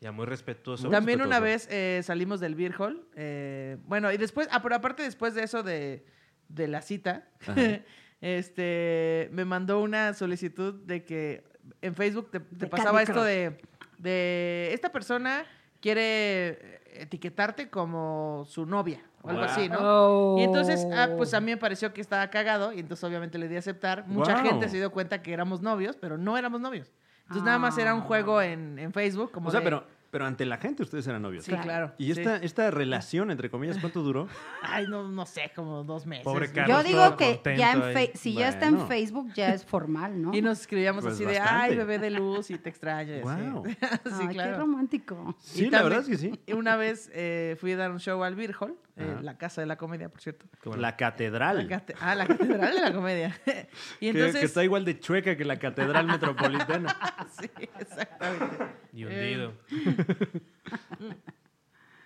F: Ya, muy respetuoso.
C: También una
D: respetuoso.
C: vez eh, salimos del beer hall. eh, bueno, y después, ah, pero aparte después de eso de, de la cita, (laughs) este, me mandó una solicitud de que en Facebook te, te
A: De
C: pasaba
A: Candy
C: esto de, de esta persona quiere etiquetarte como su novia o algo
D: Wow.
C: así, ¿no? Y entonces, ah, pues a mí me pareció que estaba cagado y entonces obviamente le di a aceptar. Mucha
D: Wow.
C: gente se dio cuenta que éramos novios, pero no éramos novios. Entonces nada más era un
A: Ah.
C: juego en, en Facebook. Como
D: O sea,
C: de-
D: pero, pero ante la gente ustedes eran novios.
C: Sí, claro.
D: ¿Y
C: sí.
D: esta, esta relación, entre comillas, cuánto duró?
C: Ay, no, no sé, como dos meses.
F: Pobre
C: ¿no?
F: Carlos.
B: Yo
F: todo
B: digo que ya en
F: contento ahí.
B: fe- si ya está en
D: Bueno.
B: Facebook ya es formal, ¿no?
C: (laughs) Y nos escribíamos
D: Pues
C: así de,
D: bastante.
C: ay, bebé de luz, y te extraño. y así.
D: Wow.
C: (laughs) sí,
A: Ay, qué
C: claro.
A: romántico.
D: Sí,
C: (laughs) Y
D: la
C: también-
D: verdad es que sí.
C: Y una vez eh, fui a dar un show al Beer Hall, eh,
D: Ajá.
C: la casa de la comedia, por cierto.
D: La catedral.
C: La cate- ah, la catedral de la comedia. (laughs) y
D: Que-
C: entonces...
D: que, está igual de chueca que la catedral metropolitana.
C: (laughs) sí, exactamente.
F: Y hundido.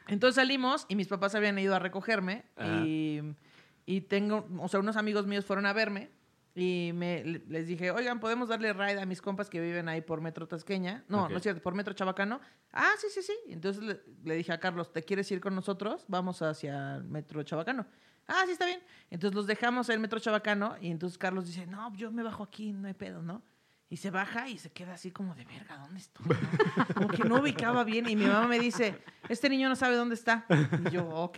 C: Entonces salimos y mis papás habían ido a recogerme
D: Ajá.
C: y, y tengo, o sea, unos amigos míos fueron a verme y me, le- les dije, oigan, ¿podemos darle ride a mis compas que viven ahí por Metro Tasqueña? No,
D: Ok.
C: no es cierto, por Metro Chabacano. Ah, sí, sí, sí. Entonces le, le dije a Carlos, ¿te quieres ir con nosotros? Vamos hacia Metro Chabacano. Ah, sí, está bien. Entonces los dejamos en el Metro Chabacano y entonces Carlos dice, no, yo me bajo aquí, no hay pedo, ¿no? Y se baja y se queda así como de verga, ¿dónde estoy? no?" Como que no ubicaba bien. Y mi mamá me dice, este niño no sabe dónde está. Y yo, ok.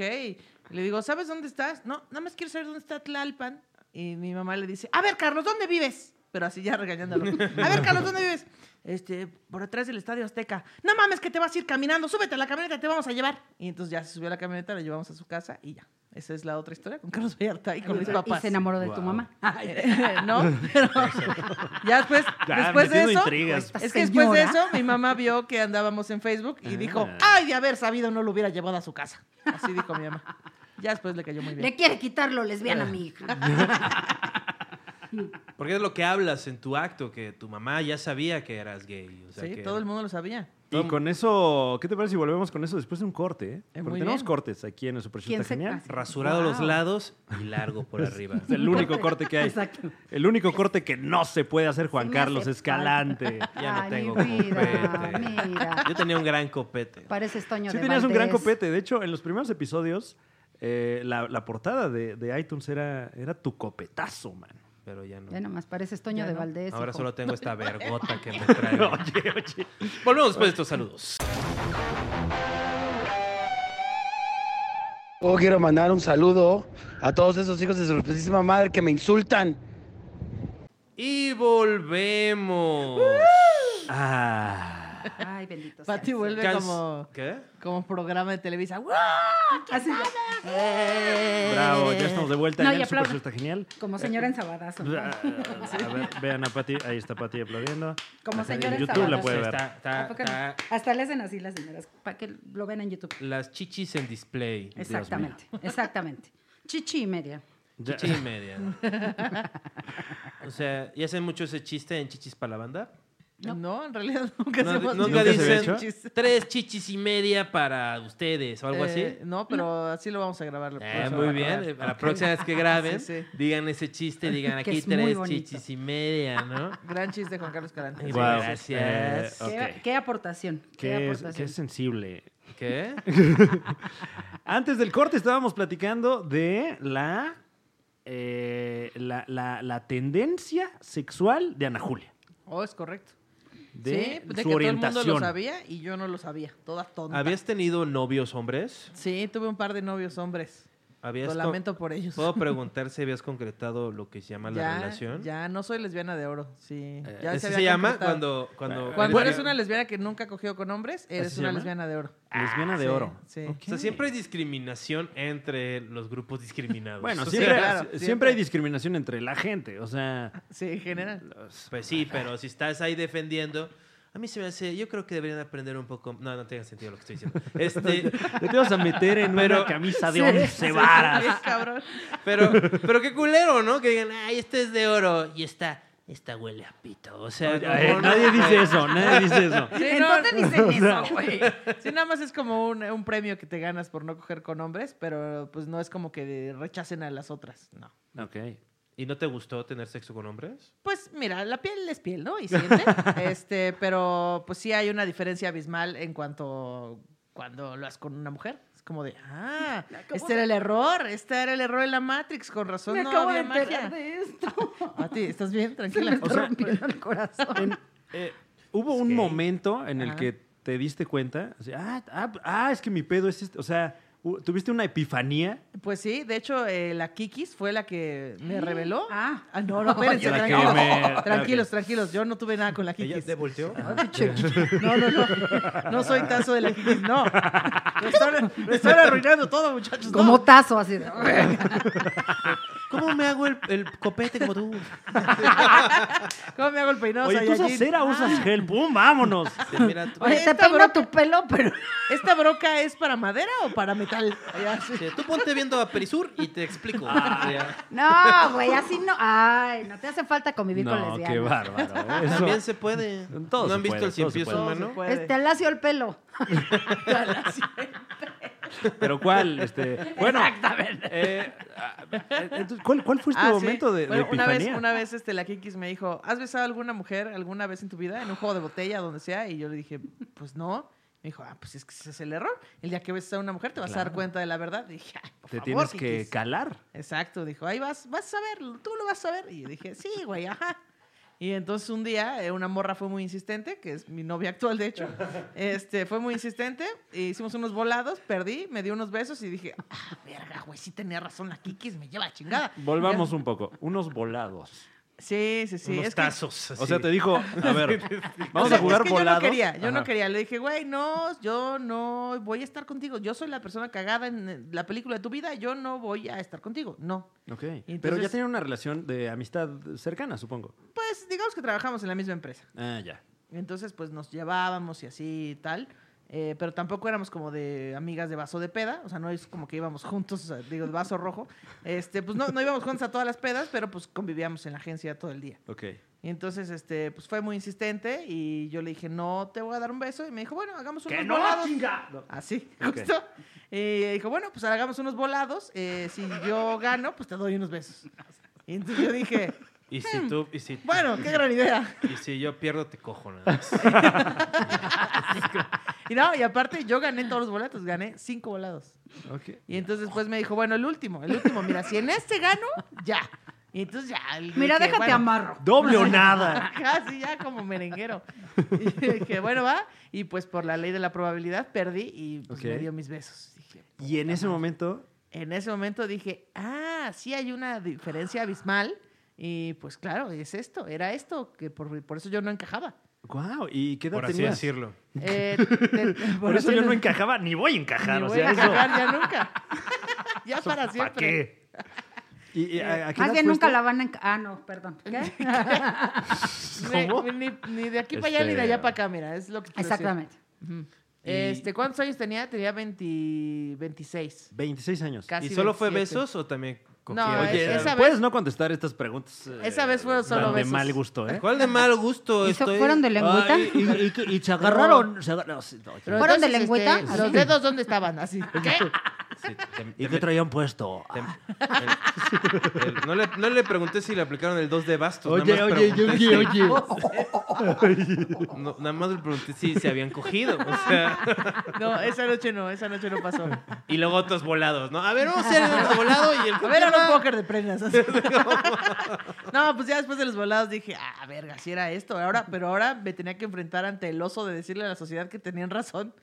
C: Le digo, ¿sabes dónde estás? No, nada más quiero saber dónde está Tlalpan. Y mi mamá le dice, a ver, Carlos, ¿dónde vives? Pero así ya regañándolo. A ver, Carlos, ¿dónde vives? Este, por atrás del Estadio Azteca. No mames que te vas a ir caminando, súbete a la camioneta, te vamos a llevar. Y entonces ya se subió a la camioneta, la llevamos a su casa y ya. Esa es la otra historia con Carlos Vallarta y con mis papás.
A: Y se enamoró de tu
D: Wow.
A: mamá.
C: (laughs) Eh, no,
F: (laughs)
C: pero (laughs) ya después,
D: Ya,
C: después de
D: metiendo
C: eso, pues,
D: intrigas.
C: es que después de
A: Señora.
C: eso, mi mamá vio que andábamos en Facebook y dijo,
D: Ah.
C: ay, de haber sabido no lo hubiera llevado a su casa. Así dijo mi mamá. Ya después le cayó muy bien.
A: Le quiere quitar lo lesbiana a mi hija.
F: Porque es lo que hablas en tu acto, que tu mamá ya sabía que eras gay. O sea,
C: sí,
F: que-
C: todo el mundo lo sabía.
D: Y con eso, ¿qué te parece si volvemos con eso después de un corte? eh?
C: Eh,
D: Porque
C: muy
D: tenemos
C: bien.
D: cortes aquí en el Super Show,
A: ¿Quién
D: está
A: se
D: genial.
A: casa?
F: Rasurado
A: Wow.
F: los lados y largo
C: (laughs)
F: por arriba.
D: Es el único corte que hay.
A: Exacto.
D: El único corte que no se puede hacer Juan
A: me
D: Carlos
A: hace
D: Escalante.
F: Ya no
A: Ay,
F: tengo
A: mi vida,
F: copete.
A: mira.
F: Yo tenía un gran copete.
A: Pareces Toño
D: Sí,
A: de
D: tenías un gran
A: Valdés.
D: copete. De hecho, en los primeros episodios, eh, la, la portada de, de iTunes era, era tu copetazo, man.
F: Pero ya no.
A: Ve nomás, pareces Toño
C: Ya
A: de
C: no.
A: Valdés.
F: Ahora
A: hijo.
F: solo tengo esta vergota que me (laughs) trae. Volvemos después de estos saludos.
E: Yo quiero mandar un saludo a todos esos hijos de su reputísima madre que me insultan.
F: Y volvemos.
D: Ah.
A: Ay, bendito sea.
C: Pati vuelve
F: Cans-
C: como,
F: ¿Qué?
C: como programa de Televisa. ¡Wow!
A: Así,
D: Bravo, ya estamos de vuelta.
A: Eh. No,
D: ya
A: y
D: el Super
A: aplaudo.
D: Show está genial.
A: Como señora en sabadazo.
D: (laughs)
A: ¿no?
D: Ah, a ver, vean a Pati, ahí está Pati aplaudiendo.
A: Como
D: Ajá, en
A: señora en
D: YouTube la
A: sábado.
D: puede ver.
F: Está- está-
A: ¿A poco
F: está-
A: no? Hasta le hacen así las señoras, para que lo vean en YouTube.
F: Las chichis en display.
A: Exactamente, exactamente. Chichi y media.
D: Ya-
F: Chichi y media. O sea, ¿y hacen mucho ese chiste en chichis para la banda?
C: No, en realidad (laughs) nunca
F: No,
C: hacemos
F: nunca
C: chistes de
F: dicen
C: chichis.
F: tres chichis y media para ustedes o algo
C: Eh,
F: así.
C: No, pero así lo vamos a grabar. por
F: Eh,
C: eso
F: muy
C: va a
F: bien,
C: quedar.
F: eh, para la próxima vez que graben,
C: Sí, sí.
F: digan ese chiste, digan
A: Que
F: aquí
A: es muy
F: tres
A: bonito.
F: chichis y media, ¿no?
C: Gran chiste, Juan Carlos Carante.
F: Sí,
D: Guau.
F: Gracias.
D: Eh,
A: Qué,
D: ok.
A: qué aportación. Qué,
D: Qué,
A: aportación.
D: qué sensible.
F: ¿Qué?
D: Antes del corte estábamos platicando de la, eh, la, la- la tendencia sexual de Ana Julia.
C: Oh, es correcto. sí,
D: De
C: de que
D: su
C: todo el mundo lo
D: orientación.
C: sabía y yo no lo sabía. Toda tonta.
F: ¿Habías tenido novios hombres?
C: Sí, tuve un par de novios hombres.
F: ¿Habías
C: Lo
F: con-
C: lamento por ellos. (laughs)
F: ¿Puedo preguntar si habías concretado lo que se llama la
C: ya,
F: relación?
C: ya, no soy lesbiana de oro. Sí.
F: Eh,
C: Ya
F: ¿Así se,
C: había
F: llama
C: concretado.
F: cuando... Cuando,
C: Cuando
F: eres-
C: eres una lesbiana que nunca ha cogido con hombres, eres
D: se
C: una
D: llama?
C: lesbiana de oro.
D: Ah, Lesbiana de
C: Ah, Sí,
D: oro.
C: sí.
D: Ok.
F: O sea, siempre hay discriminación entre los grupos discriminados.
D: Bueno,
F: O sea,
D: siempre,
C: claro,
D: siempre
C: siempre.
D: hay discriminación entre la gente. O sea,
C: Sí,
D: (laughs)
C: en general.
F: Pues sí, pero si estás ahí defendiendo... A mí se me hace... Yo creo que deberían aprender un poco... No, no tiene sentido lo que
D: (laughs)
F: estoy diciendo. Este,
D: te vas a meter en
F: Pero-
C: (laughs)
D: una camisa de
C: Sí, sí,
D: once
C: sí,
D: varas.
C: bien cabrón.
D: (laughs)
F: pero, (laughs) pero qué culero, ¿no? Que digan, ay, este es de oro y esta, esta huele a pito. O sea,
D: Eh,
F: como-
D: nadie dice eso, nadie dice
C: (laughs)
D: eso.
C: Sí,
B: ¿En
C: no,
B: dónde dicen eso, güey?
C: Sí, nada más es como un, un premio que te ganas por no coger con hombres, pero pues no es como que rechacen a las otras, no.
D: Ok.
F: ¿Y no te gustó tener sexo con hombres?
C: Pues mira, la piel es piel, ¿no?
A: (laughs)
C: Y siente. este, pero pues sí hay una diferencia abismal en cuanto cuando lo haces con una mujer. Es como de, ah,
A: acabo
C: este era el error, este era el error en la Matrix, con razón
A: Me
C: no
A: acabo de
C: había
A: enterar
C: magia.
A: de
C: (laughs)
A: esto.
C: Mati, ¿estás bien?
A: Se me
C: Tranquila.
A: está rompiendo el corazón.
D: En- eh, hubo un
F: gay.
D: momento en el
C: Ajá.
D: que te diste cuenta, o sea, ah, ah, ah, es que mi pedo es este, o sea, u- tuviste una epifanía.
C: Pues sí, de hecho, eh, la Kikis fue la que me reveló.
A: Ah. (laughs)
C: no, no, espérense,
D: La que
C: tranquilos.
D: me-
C: (laughs) Tranquilos, tranquilos, yo no tuve nada con la Kikis. (laughs)
F: volteó?
C: No, no, no, (laughs) no soy tazo de la
D: (laughs)
C: Kikis, no. Me están, me están arruinando todo, muchachos.
A: Como
C: Pues no.
A: tazo, así de...
F: ¿Cómo me hago el, el copete
C: (laughs)
F: como tú?
C: ¿Cómo me hago el peinado?
D: Oye, tú usas
C: Saiyajin?
D: cera,
C: Ah.
D: usas gel, ¡pum!
C: (laughs)
D: ¡Vámonos!
F: Sí, Este, mira, tú,
A: Oye,
C: Esta
A: te peino
C: bronca-
A: tu pelo,
C: (laughs)
A: pero...
C: ¿Esta broca es para madera o para metal? Ya, sí.
F: sí, este, tú ponte viendo a Perisur y te explico.
D: Ah.
F: Ya.
A: No, güey, así no. Ay, no te hace falta convivir con
D: No,
A: lesbianas.
D: qué
C: (laughs)
D: bárbaro. Eso-
F: También se puede.
D: Todo
F: ¿No
D: se
F: han visto
D: puede,
F: el cien
D: todo se
F: pies
C: Pues,
D: puede.
F: humano?
C: Todo Ah,
A: Este, lacio el pelo.
D: Pero ¿cuál? Este, bueno,
C: (laughs)
D: eh, ah, eh, entonces, ¿cuál, ¿cuál fue este
C: Ah, sí.
D: momento de, de
C: Bueno, una
D: epifanía?
C: vez, una vez este, la Kikis me dijo, ¿has besado a alguna mujer alguna vez en tu vida? En un juego de botella, donde sea. Y yo le dije, pues no. Me dijo, ah, pues es que ese es el error. El día que besas a una mujer te vas a dar cuenta de la verdad. Y dije, ay, por
D: Te
C: favor,
D: tienes que
C: Kikis".
D: calar.
C: Exacto, dijo, ahí vas, vas a ver, tú lo vas a ver. Y yo dije, sí, güey, ajá. Y entonces un día eh, una morra fue muy insistente, que es mi novia actual, de hecho, este, fue muy insistente, e hicimos unos volados, perdí, me dio unos besos y dije, ah, verga, güey, sí tenía razón, la Kikis me lleva a chingada.
D: Volvamos un poco. Unos volados.
C: Sí, sí, sí.
F: Unos
C: es que-
F: tazos.
D: O
F: así.
D: sea, te (laughs) dijo, a ver,
C: o
D: vamos
C: sea,
D: a jugar
C: es que
D: volados.
C: Yo no quería, yo no
D: Ajá.
C: quería. Le dije, güey, no, yo no voy a estar contigo. Yo soy la persona cagada en la película de tu vida, yo no voy a estar contigo. No.
D: Ok. Pero ya
C: entonces-
D: tenían una relación de amistad cercana, supongo.
C: Pues digamos que trabajamos en la misma empresa.
D: Ah, ya.
C: Entonces, pues nos llevábamos y así y tal. Eh, pero tampoco éramos como de amigas de vaso de peda. O sea, no es como que íbamos juntos, o sea, digo, de vaso rojo. Este, pues no, no íbamos juntos a todas las pedas, pero pues convivíamos en la agencia todo el día.
D: Ok.
C: Y entonces, este, pues fue muy insistente y yo le dije, no te voy a dar un beso. Y me dijo, bueno, hagamos unos volados. Así,
D: Ok.
C: justo. Y dijo, bueno, pues hagamos unos volados. eh, si yo gano, pues te doy unos besos. Y entonces yo dije,
F: Y
C: Hmm.
F: si tú... Y si,
C: bueno, qué gran idea.
F: y si yo pierdo, te cojo nada más.
C: Y no, y aparte yo gané todos los boletos, gané cinco volados.
D: Ok.
C: Y entonces después me dijo, bueno, el último, el último, mira, si en este gano, ya. Y entonces ya. le
A: Mira,
C: dije,
A: déjate
C: bueno,
A: amarro.
C: (laughs)
D: Doble o nada.
C: Casi ya como merenguero. Y dije, bueno, va. Y pues por la ley de la probabilidad perdí y pues,
D: Ok.
C: me dio mis besos. Dije,
D: Y en ese momento,
C: en ese momento dije, ah, sí hay una diferencia abismal. Y pues claro, es esto, era esto, que por, por eso yo no encajaba.
D: wow, ¿y qué edad
F: Por así
D: tenías?
F: decirlo.
D: (laughs)
C: Eh, de-
D: Por eso
C: así
D: yo
C: no-
D: no encajaba, ni voy a encajar.
C: ni
D: o
C: voy
D: sea,
C: a
D: eso-
C: encajar ya nunca. (laughs) ya para
D: ¿Para
C: siempre.
D: qué? ¿Y, y a, a qué
A: Más
D: edad
A: bien nunca
D: fuiste?
A: la van a... enca- Ah, no, perdón.
C: (laughs)
A: ¿Qué?
C: Ni-
D: ¿Cómo?
C: Ni, ni de aquí para allá ni de
D: Este-
C: allá para acá, mira, es lo que quiero decir.
A: Exactamente.
C: Ujú.
D: Y-
C: Este, ¿Cuántos años tenía? Tenía 20 26.
D: 26 años.
C: Casi
F: ¿Y solo fue
C: 27.
F: besos o también cogiera.
C: No,
F: Oye,
C: es- esa
D: eh, Puedes
C: vez-
D: no contestar estas preguntas. eh,
C: Esa vez fueron solo
D: tan de
C: besos.
D: mal gusto, ¿eh?
F: ¿Cuál de mal gusto
B: ¿Y so-
F: estoy?
B: fueron de lengüeta?
D: Ay,
F: (laughs)
D: y, y- y- y se agarraron. se agar- no, sí, no,
C: Pero
B: ¿Fueron de
C: entonces,
B: lengüeta?
C: este,
B: Así.
C: ¿Los dedos dónde estaban? Así. ¿Qué?
F: Sí, te-
D: ¿Y
F: te
D: qué
F: me-
D: traían puesto?
F: te- el- el- no, le, no le pregunté si le aplicaron el 2 de bastos. nada más pregunté si-
D: oye.
F: (laughs) no, nada más le pregunté si se habían cogido. O sea,
C: No, esa noche no, esa noche no pasó. A
F: y luego otros volados, ¿no? A ver, vamos a hacer el volado y el
C: ver, era un póker de
D: (laughs)
C: prendas. así. No, pues ya después de los volados dije, ah, verga, si era esto. Ahora, pero ahora me tenía que enfrentar ante el oso de decirle a la sociedad que tenían razón.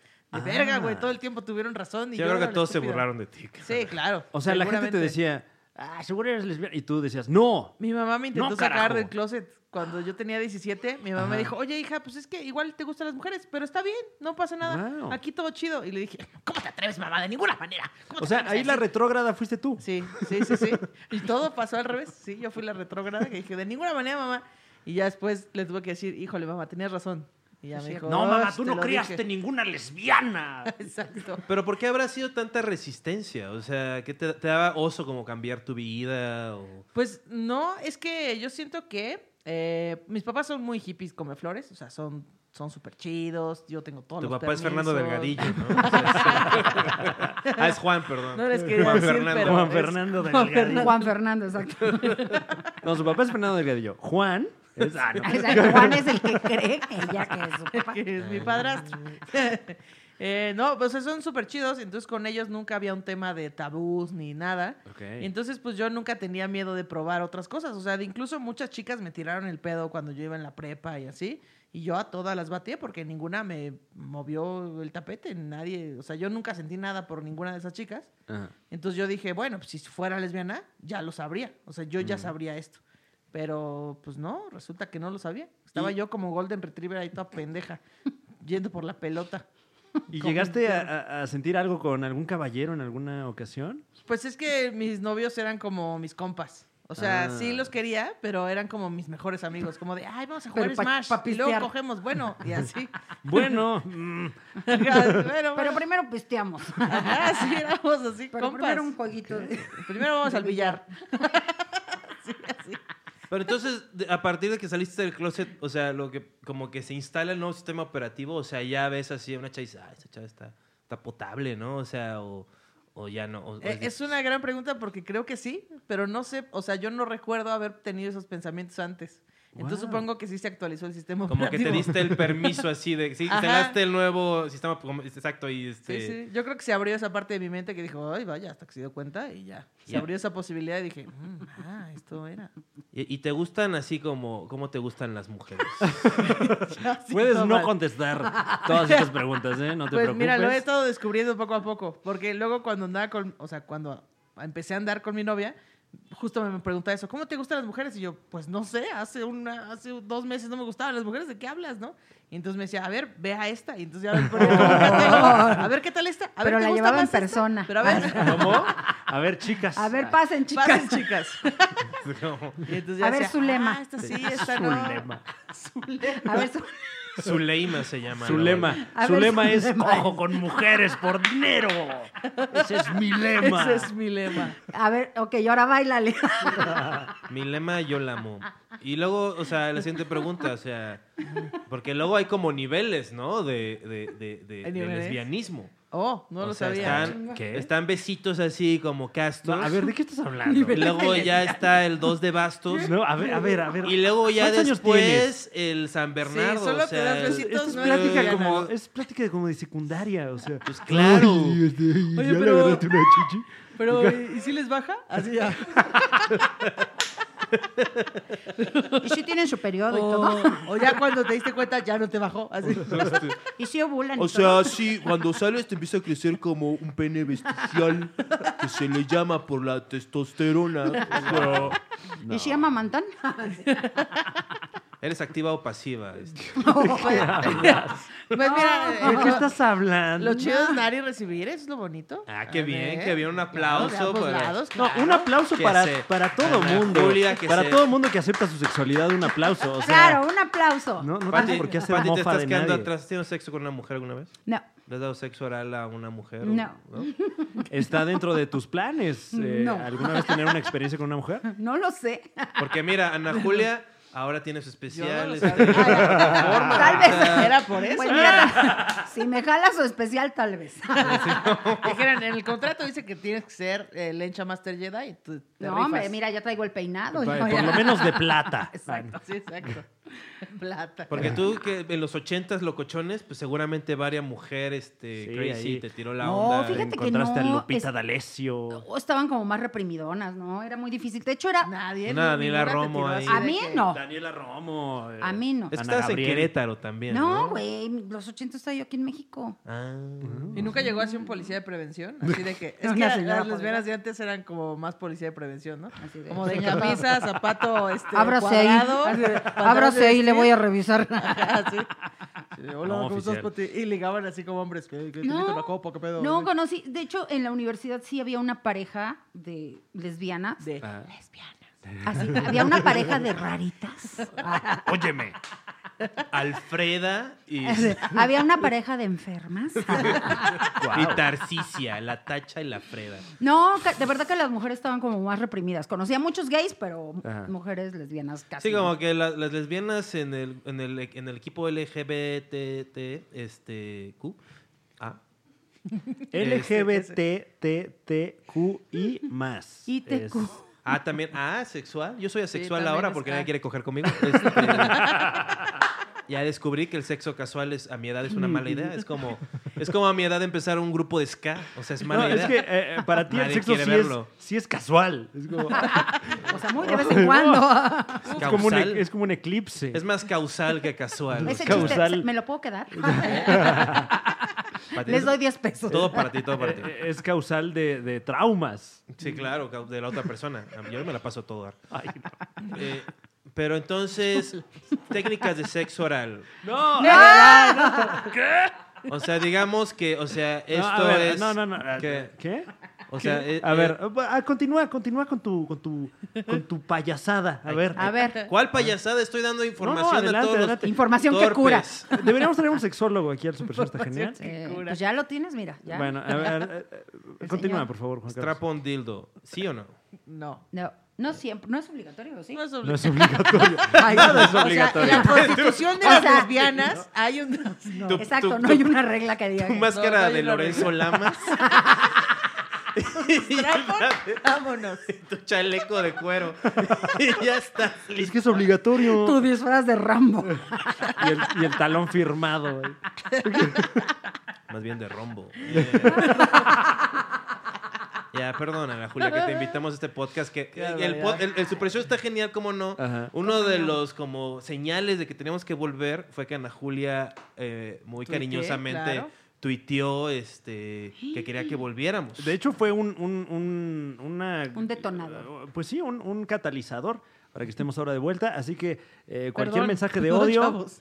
D: Ah.
C: De verga, güey, todo el tiempo tuvieron razón. Y
F: Yo creo
C: era
F: que
C: la
F: todos se
C: estúpida.
F: burlaron de ti. cabrón.
C: Sí, claro.
D: O sea, la gente te
C: seguramente.
D: decía, ah, seguro eres lesbiana. Y tú decías, no.
C: Mi mamá me intentó
D: No,
C: sacar
D: carajo.
C: del closet cuando yo tenía 17. Mi mamá me
D: Ajá.
C: dijo, oye, hija, pues es que igual te gustan las mujeres, pero está bien, no pasa nada.
D: Wow.
C: Aquí todo chido. Y le dije, ¿cómo te atreves, mamá? De ninguna manera. ¿Cómo te
D: O sea,
C: atreves a
D: ahí la
C: decir?".
D: retrógrada fuiste tú.
C: Sí, sí, sí, sí. Y todo pasó al revés. Sí, yo fui la retrógrada que dije, de ninguna manera, mamá. Y ya después le tuve que decir, híjole, mamá, tenías razón. Y ya me dijo,
D: No, mamá,
C: "Osh,
D: tú
C: te
D: no
C: lo
D: criaste
C: dije".
D: ninguna lesbiana.
C: (laughs) Exacto.
F: Pero ¿por qué habrá sido tanta resistencia? O sea, ¿qué te, te daba oso como cambiar tu vida? O...
C: Pues no, es que yo siento que eh, mis papás son muy hippies come flores, o sea, son son súper chidos, yo tengo todos
F: Tu
C: los
F: papá es Fernando
C: permisos.
F: Delgadillo, ¿no? O sea, sí. ah, es Juan, perdón.
C: No les quería
F: Juan
C: decir,
F: Fernando.
C: pero
D: Juan
C: es-
D: Fernando
C: Juan
D: Delgadillo.
B: Juan Fernando, exacto.
D: No, su papá es Fernando Delgadillo. Juan es... Ah, no.
B: (laughs) Exacto, Juan es el que cree que ella que es su papá.
C: (laughs) que es mi padrastro. (laughs) Eh, no, pues son súper chidos, entonces con ellos nunca había un tema de tabús ni nada.
F: Ok.
C: Entonces, pues yo nunca tenía miedo de probar otras cosas. O sea, de incluso muchas chicas me tiraron el pedo cuando yo iba en la prepa y así. Y yo a todas las batí porque ninguna me movió el tapete, nadie. O sea, yo nunca sentí nada por ninguna de esas chicas.
D: Ajá.
C: Entonces yo dije, bueno, pues si fuera lesbiana, ya lo sabría. O sea, yo ya sabría esto. Pero pues no, resulta que no lo sabía. Estaba yo como Golden Retriever ahí toda pendeja, yendo por la pelota.
D: ¿Y
C: Como
D: llegaste
C: un
D: a,
C: perro.
D: a- a sentir algo con algún caballero en alguna ocasión?
C: Pues es que mis novios eran como mis compas. O sea,
D: Ah.
C: sí los quería, pero eran como mis mejores amigos. Como de, ay, vamos a
B: Pero
C: jugar
B: pa-
C: Smash.
B: pa
C: y luego
B: pistear. (laughs)
C: cogemos, bueno, y así.
D: Bueno, mm,
C: pero,
B: Pero primero pisteamos.
C: así éramos así,
B: Pero
C: compas.
B: primero un jueguito. de-
C: Primero vamos
B: (laughs)
C: al billar. (laughs) sí, así.
F: Pero entonces, de- a partir de que saliste del closet, o sea, lo que como que se instala el nuevo sistema operativo, o sea, ya ves así a una chava y dices, ah, esa chava está, está potable, ¿no? O sea, o, o ya no. o-
B: Pues
F: o
C: Eh,
F: es-
C: Es una gran pregunta porque creo que sí, pero no sé, o sea, yo no recuerdo haber tenido esos pensamientos antes. Entonces
D: Wow.
C: supongo que sí se actualizó el sistema.
F: como que te
C: operativo.
F: diste el permiso así
C: (laughs)
F: de, sí,
C: Ajá.
F: instalaste el nuevo sistema, como- exacto, y este...
C: Sí, sí. Yo creo que se abrió esa parte de mi mente que dijo, ay, vaya, hasta que se dio cuenta y ya. Se
F: Ya.
C: abrió esa posibilidad y dije, "Mm, ah, esto era.
F: Y, y te gustan así como, ¿cómo te gustan
D: (laughs)
F: las mujeres?
C: Así
D: puedes
C: todo
D: no
C: mal.
D: contestar todas estas preguntas, ¿eh? No te
C: Pues
D: preocupes.
C: mira, lo he estado descubriendo poco a poco, porque luego cuando andaba con, o sea, cuando empecé a andar con mi novia, justo me preguntaba eso, ¿cómo te gustan las mujeres? Y yo, pues no sé, hace, una, hace dos meses no me gustaban las mujeres, ¿de qué hablas, no? Y entonces me decía, a ver, ve a esta, y entonces ya me ponía como
B: (laughs)
C: un catálogo, a ver qué tal esta, (laughs) a ver
B: Pero
C: ¿te
B: la
C: gusta
B: llevaba en
C: más esta?
B: persona.
C: Pero a ver,
B: (laughs)
D: ¿Cómo? A ver, chicas.
B: A ver, pasen, chicas.
C: pasen chicas.
F: Como
C: Y entonces
B: A ver su lema.
C: "Ah, esta sí, esta no.
D: Zulema.
B: A ver, su-
F: Zuleima se llama.
D: Su
F: ¿no?
D: lema.
B: A
D: Su
B: ver,
D: lema
B: su
D: es
B: lema.
D: cojo con mujeres por dinero. Ese es mi lema.
C: Ese es mi lema.
B: a ver, ok, y ahora bailale.
F: Mi lema, yo la amo. Y luego, o sea, la siguiente pregunta, o sea, porque luego hay como niveles, ¿no? De, de, de, de-
C: ¿Hay
F: de
C: niveles?
F: lesbianismo.
C: Oh, no
F: O
C: lo
F: sea,
C: sabía.
F: Están, están besitos así como
D: No,
F: castos.
D: a ver, ¿de qué estás hablando?
F: y
D: (laughs)
F: luego ya está el dos de bastos.
D: No, a ver, a ver, a ver.
F: Y luego ya
D: ¿Cuántos años tienes?
F: después el San Bernardo.
C: solo
F: o
C: te
F: sea,
C: das besitos,
D: Esto es
C: No,
D: plática
C: ya
D: como,
C: no.
D: es plática de- como de secundaria, o sea.
F: Pues claro.
D: Ay, este, ay,
C: Oye,
D: ya le
C: pero-
D: agarraste una chichi.
F: (laughs)
C: Pero, ¿y, y si les baja? Así ya.
B: Y sí tienen su periodo
C: Oh,
B: y todo.
C: (laughs) O, o ya cuando te diste cuenta, ya no te bajó.
F: (laughs)
C: Así.
B: Y sí ovulan y
G: O
B: todo.
G: sea, sí, cuando sales te empieza a crecer como un pene vestigial que se le llama por la
F: (laughs)
G: testosterona.
D: Pero-
B: Y sí amamantan.
F: ¿Eres activa o pasiva? Este,
C: (laughs) Pues mira, eh,
D: ¿De qué
C: lo-
D: estás hablando?
C: lo chido es dar y recibir, eso es lo bonito.
F: Ah, qué bien,
C: ¿Eh?
F: qué bien, un
C: Claro, de
F: aplauso.
C: ambos
F: para-
C: lados,
D: No,
C: claro.
D: un aplauso
F: Que
D: para,
F: se-
D: para todo
F: Ana
D: mundo.
F: Julia, que
D: para
F: se-
D: todo mundo que acepta su sexualidad, un aplauso. o sea,
B: Claro, un aplauso.
D: No, no
F: Pati,
D: tengo por qué hacer
F: Pati, ¿te
D: mofa
F: estás
D: de
F: quedando
D: nadie.
F: atrás? ¿Has tenido sexo con una mujer alguna vez?
B: No.
F: ¿Le has dado sexo oral a una mujer? o-
B: No.
D: ¿Está dentro de tus planes eh,
B: (laughs) No.
D: alguna vez tener una experiencia con una mujer?
B: No lo sé.
F: Porque mira, Ana Julia ahora tiene su especial.
C: sabía.
F: este,
C: Ah,
B: Ay, Tal vez.
C: Era por eso.
B: Pues
C: (laughs)
B: mira, si me jalas su especial, tal vez.
C: Dijeron, en el contrato dice que tienes que ser el Lencha Master Jedi. Tú te
B: No,
C: rifas.
B: hombre, mira, ya traigo el peinado.
H: Vale,
B: hijo,
D: Pues, Por lo
B: ya.
D: menos de
B: (laughs)
D: plata.
C: Exacto, sí, exacto. (laughs) Plata.
F: porque tú, que en los ochentas locochones, pues seguramente varia mujer este,
D: Sí,
F: crazy
D: ahí.
F: te tiró la
B: No,
F: onda. ¿eh?
B: fíjate que
D: Encontraste
B: no,
D: a Lupita
B: es-
D: D'Alessio.
B: O Oh, Estaban como más reprimidonas, ¿no? Era muy difícil. De hecho, era.
C: Nadie.
F: Nada,
C: ni-
F: ni la
C: ninguna te
F: Romo
C: tiró
F: ahí.
C: así
B: A
C: de
B: mí
C: que-
B: no.
D: Daniela Romo. eh,
B: A mí no.
F: Es que
D: Ana
F: estabas en
D: Gabriel.
F: Querétaro también.
B: No,
F: No,
B: güey. Los 80 estaba yo aquí en México.
F: Ah.
C: ¿Y nunca llegó así un policía de prevención? Así
B: (laughs)
C: de que. Es
B: Una
C: que las
B: señora
C: lesbianas
B: policía.
C: de antes eran como más policía de prevención, ¿no?
B: Así de-
C: Como (laughs) de camisa, zapato, este.
B: (laughs) Ábrase ahí.
C: cuadrado,
B: Así de,
C: pantalón de este.
B: Ábrase
C: (laughs)
B: ahí, le
C: vestir.
B: voy a revisar.
C: Ajá, sí. (laughs) Sí, Hola,
D: No,
C: ¿cómo estás,
D: oficial.
C: Pati? Y ligaban así como hombres. ¿Qué, qué,
B: No.
C: no, la copa, ¿Qué pedo?
B: No, conocí. De hecho, en la universidad sí había una pareja de lesbianas.
C: De-
B: Así, había una pareja de raritas.
D: Óyeme.
F: Alfreda y,
B: había una pareja de enfermas.
F: y Tarsicia, la Tacha y la Freda.
B: No, ca- de verdad que las mujeres estaban como más reprimidas. Conocía muchos gays, pero
D: Ajá.
B: mujeres lesbianas casi.
F: Sí,
B: no.
F: como que la- las lesbianas en el, en el, en el equipo LGBT, este, Q, A,
D: LGBTTQI más.
B: Y te cu-
F: Ah, también asexual. Yo soy asexual
C: también
F: ahora
C: es
F: porque
C: A.
F: nadie quiere coger conmigo. Este, (laughs) ya descubrí que el sexo casual es, a mi edad es una mala idea. Es como, es como a mi edad empezar un grupo de ska. O sea, es
D: No,
F: mala
D: es
F: idea.
D: que eh, eh, para ti el
F: Nadie
D: sexo sí
F: quiere
D: es,
F: verlo.
D: sí es casual. Es como,
B: O sea, muy de vez en cuando.
F: es,
D: es como un,
F: causal.
D: e- es
F: es,
D: como un eclipse.
F: más causal que casual.
B: Ese
D: Causal.
B: chiste, ¿me lo puedo quedar?
F: Para ti-
B: Les doy 10 pesos.
F: Todo para ti, todo para ti.
D: Eh, es causal de, de traumas.
F: Sí, claro, cau- de la otra persona. Yo me la paso todo. dar.
D: Ay, no.
F: Eh, pero entonces, técnicas de sexo oral.
D: No, Ah,
F: O sea, digamos que, o sea, esto
D: a ver,
F: es...
D: No, no, no.
F: que-
D: ¿Qué?
F: o sea, eh,
D: A
F: eh,
D: ver, ah, continúa, continúa con tu, con tu, con tu payasada. A ver.
B: A ver,
F: eh, ¿Cuál payasada? Estoy dando información
D: adelante,
F: a todos
D: adelante.
B: información
F: los
B: que cura.
F: torpes.
D: Deberíamos traer un sexólogo aquí al Super Show, está genial.
B: Eh,
C: cura.
B: pues ya lo tienes, mira. ya.
D: Bueno, a ver, eh, eh, continúa,
B: señor.
D: por favor, Juan Carlos.
F: Strap on dildo. ¿Sí o no?
C: No.
B: No, no siempre, no es obligatorio, ¿sí?
C: No es
D: No
C: obligatorio.
D: es obligatorio. Nada es
C: En
D: obligatorio.
C: la prostitución de
B: (laughs) O
C: las
B: sea,
D: (laughs)
C: lesbianas hay un... No.
F: Tú-
B: Exacto,
F: tú-
B: no
F: tú-
B: hay una regla que diga.
F: Tu
B: que-
F: máscara
C: no
F: de
C: hay una
F: Lorenzo
D: (laughs)
F: Lamas (laughs)
C: Trapos, (laughs) Vámonos.
F: y tu chaleco de cuero. (laughs) y ya está.
D: Es que es obligatorio.
B: Tu disfraz de Rambo.
D: Y el, y el talón firmado. güey.
F: Más bien
D: (laughs)
F: de rombo. Eh, Ya, perdónala, Julia, que te invitamos a este podcast. Que,
C: Qué
F: el, pod-
C: barbaridad.
F: el, el Super Show está genial, ¿cómo no?
D: Ajá.
F: Uno de los como señales de que teníamos que volver fue que Ana Julia eh, muy
C: Tuiteé,
F: cariñosamente
C: claro.
F: tuiteó este, que quería que volviéramos.
D: De hecho, fue un, un, un, una-
B: Un detonador.
D: eh, Pues sí, un, un catalizador para que estemos ahora de vuelta. Así que eh, cualquier
C: Perdón.
B: (laughs)
D: mensaje de
C: No,
D: odio.
C: chavos.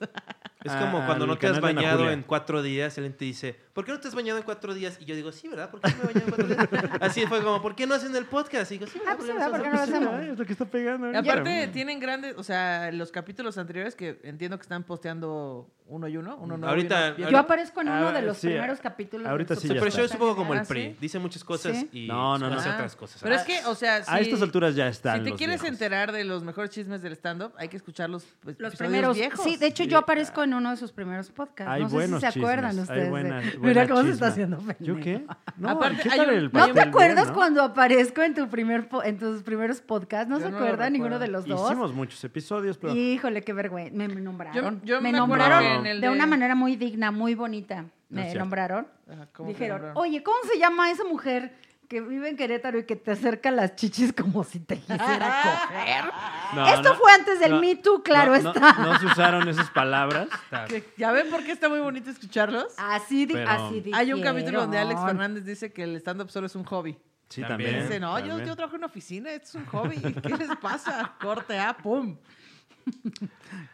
F: Es
D: a-
F: como cuando
D: al
F: no te has
D: canal de Ana
F: bañado
D: Julia.
F: en cuatro días, alguien te dice, ¿por qué no te has bañado en cuatro días? Y yo digo, sí, ¿verdad? ¿Por qué no me he bañado en cuatro días? Así fue como, ¿por qué no hacen el podcast? Y digo, sí,
B: Ah,
F: ¿verdad?
B: pues
F: ¿Por
B: sí,
F: qué
B: ¿verdad?
F: no
B: ¿Por
F: hacen
B: qué
F: el
B: no lo
F: podcast?"
B: hacemos?
D: Ay, eh, es lo que está pegando.
C: Y aparte tienen grandes, o sea, los capítulos anteriores que entiendo que están posteando uno y uno, uno nuevo y
F: Ahorita-
C: uno viejo.
B: Yo aparezco en
D: Ah,
B: uno de los
D: sí,
B: primeros
D: ah,
B: capítulos.
D: ahorita
B: del
D: sí,
B: Super
D: ya
F: Pero eso
B: Show.
F: es un poco como el
C: Ah,
F: PRI.
C: ¿sí?
F: Dice muchas cosas
B: Sí.
F: y
D: No, no, no.
F: hace
C: Ah,
F: otras cosas.
C: Pero es que, o sea, si,
D: A estas alturas ya están.
C: si te
D: los
C: quieres
D: viejos.
C: enterar de los mejores chismes del stand-up, hay que escuchar los, pues,
B: Los
C: episodios
B: primeros.
C: viejos.
B: Sí, de hecho yo aparezco en uno de sus primeros podcasts.
D: Hay
B: no sé si
D: buenos
B: se acuerdan
D: chismes,
B: ustedes.
D: Hay
B: de- (laughs)
D: buena, buena
B: Mira cómo se
D: chisma.
B: está haciendo
D: ¿Yo
B: pendejo.
D: qué? No,
C: Aparte,
D: ¿qué
C: hay
D: tal
C: un-
D: el
C: ¿No te
B: ¿No te
D: pastel bien,
B: acuerdas
D: no?
B: cuando aparezco en tu primer po- en tus primeros podcasts? ¿No
C: Yo
B: se
C: no lo
B: acuerda ninguno
C: recuerdo.
B: de los dos?
D: Hicimos muchos episodios, pero.
B: Híjole, qué vergüenza. Me nombraron.
C: Yo- yo
B: me
C: me acuerdo
B: nombraron
C: que en el
B: de
C: de-
B: una manera muy digna, muy bonita.
D: No es
B: Me
D: cierto.
B: nombraron.
C: Ajá, ¿cómo te
B: Dijeron,
C: nombraron?
B: oye, ¿cómo se llama esa mujer que vive en Querétaro y que te acerca las chichis como si te
C: (laughs)
B: quisiera coger?
D: No,
B: Esto
D: no,
B: fue antes del
D: no,
B: Me Too, claro
D: no, no,
B: está.
D: No, se usaron esas palabras.
C: Que- ¿Ya ven por qué está muy bonito escucharlos?
B: Así, di-
D: Pero-
B: así
C: Hay un capítulo donde Alex
B: dijeron.
C: Fernández dice que el stand-up solo es un hobby.
D: Sí,
F: También.
D: también.
F: Bien,
C: dice, no, yo,
D: también.
C: yo trabajo en una oficina, esto es un hobby. ¿Qué les pasa? Corte A, pum.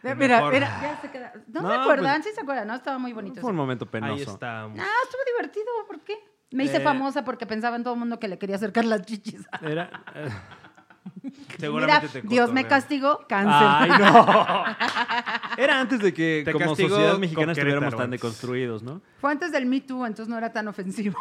B: Mira,
F: Mejor.
B: mira, ya se queda. ¿No,
D: No,
B: se acuerdan?
D: pues-
B: sí se acuerdan, ¿no? Estaba muy bonito.
D: Fue un
B: ese.
D: momento penoso.
F: Ahí estamos.
B: Ah, estuvo divertido, ¿por qué? Me hice
D: Eh,
B: famosa porque pensaba en todo el mundo que le quería acercar las chichis.
D: Era, eh,
F: Seguramente
B: Mira,
F: te
B: Dios me
F: cotorrean.
B: castigó,
D: Ay,
B: cáncer.
D: no. (laughs) Era antes de que
F: Te
D: como
F: castigo
D: sociedad
F: con
D: mexicana estuviéramos
F: Querétaro
D: tan
F: antes.
D: deconstruidos, ¿no?
B: Fue antes del Me Too, entonces no era tan ofensivo.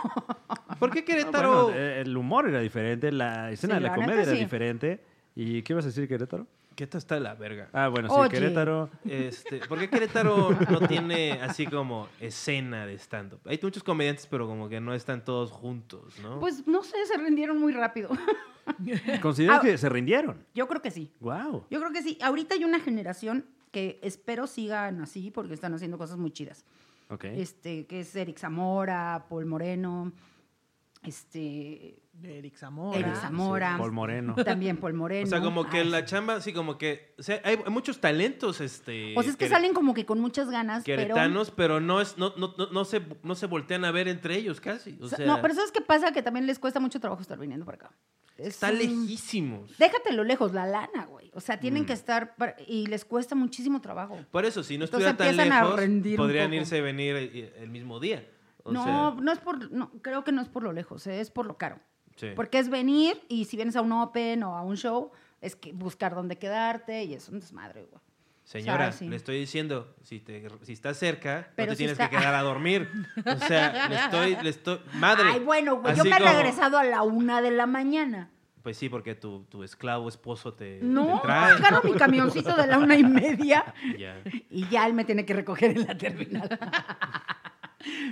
F: ¿Por qué
D: Ah,
F: Querétaro?
D: bueno, eh, el humor era diferente, la escena
B: Sí,
D: de la,
B: la
D: comedia
B: neta
D: era
B: sí.
D: diferente. ¿Y qué ibas a decir, Querétaro?
F: Querétaro está de la verga.
D: Ah, bueno, sí,
B: Oye.
D: Querétaro.
F: Este, ¿Por qué Querétaro no tiene así como escena de stand-up? Hay muchos comediantes, pero como que no están todos juntos,
A: (laughs)
F: ¿no?
A: Pues no sé, se rindieron muy rápido.
D: ¿Consideras
B: Ah.
D: que se rindieron?
B: (laughs) Yo creo que sí.
D: Wow.
B: Yo creo que sí. Ahorita hay una generación que espero sigan así porque están haciendo cosas muy chidas.
D: Ok.
B: Este, que es Eric Zamora, Paul Moreno, este,
C: De Eric Zamora.
B: Eric Zamora,
D: Paul Moreno.
B: también Paul Moreno.
F: o sea, como que
B: Ay,
F: la
B: sí.
F: chamba, sí, como que. o sea, hay, hay muchos talentos, este.
B: O sea, es que
F: quere-
B: salen como que con muchas ganas, pero...
F: Queretanos, pero, no, es, no, no, no, no se, no se voltean a ver entre ellos casi. O
B: Sa-
F: sea,
B: no, pero ¿sabes qué pasa? Que también les cuesta mucho trabajo estar viniendo para acá. Es
F: está
B: un-
F: lejísimos.
B: Déjatelo lejos, la lana, güey. O sea, tienen
F: Mm.
B: que estar... par- Y les cuesta muchísimo trabajo.
F: Por eso, si no
B: Entonces
F: estuvieran tan
B: empiezan a
F: lejos,
B: rendir un
F: podrían
B: poco.
F: irse a venir eh, el mismo día. O
B: no,
F: sea,
B: no es por... No, creo que no es por lo lejos, eh, es por lo caro.
F: sí.
B: Porque es venir y si vienes a un open o a un show, es que buscar dónde quedarte y es un desmadre, güey.
F: Señora,
B: O sea, sí.
F: le estoy diciendo, si, te, si estás cerca,
B: Pero
F: no
B: si
F: te tienes
B: está-
F: que quedar a
B: (laughs)
F: dormir. O sea, le estoy, le estoy, madre.
B: Ay, bueno, güey, yo
F: Así
B: me he
F: como-
B: regresado a la una de la mañana.
F: Pues sí, porque tu, tu esclavo esposo te,
B: No, ah,
F: te trae.
B: agarro mi camioncito de la una y media
F: (laughs) Ya.
B: y ya él me tiene que recoger en la terminal. (laughs)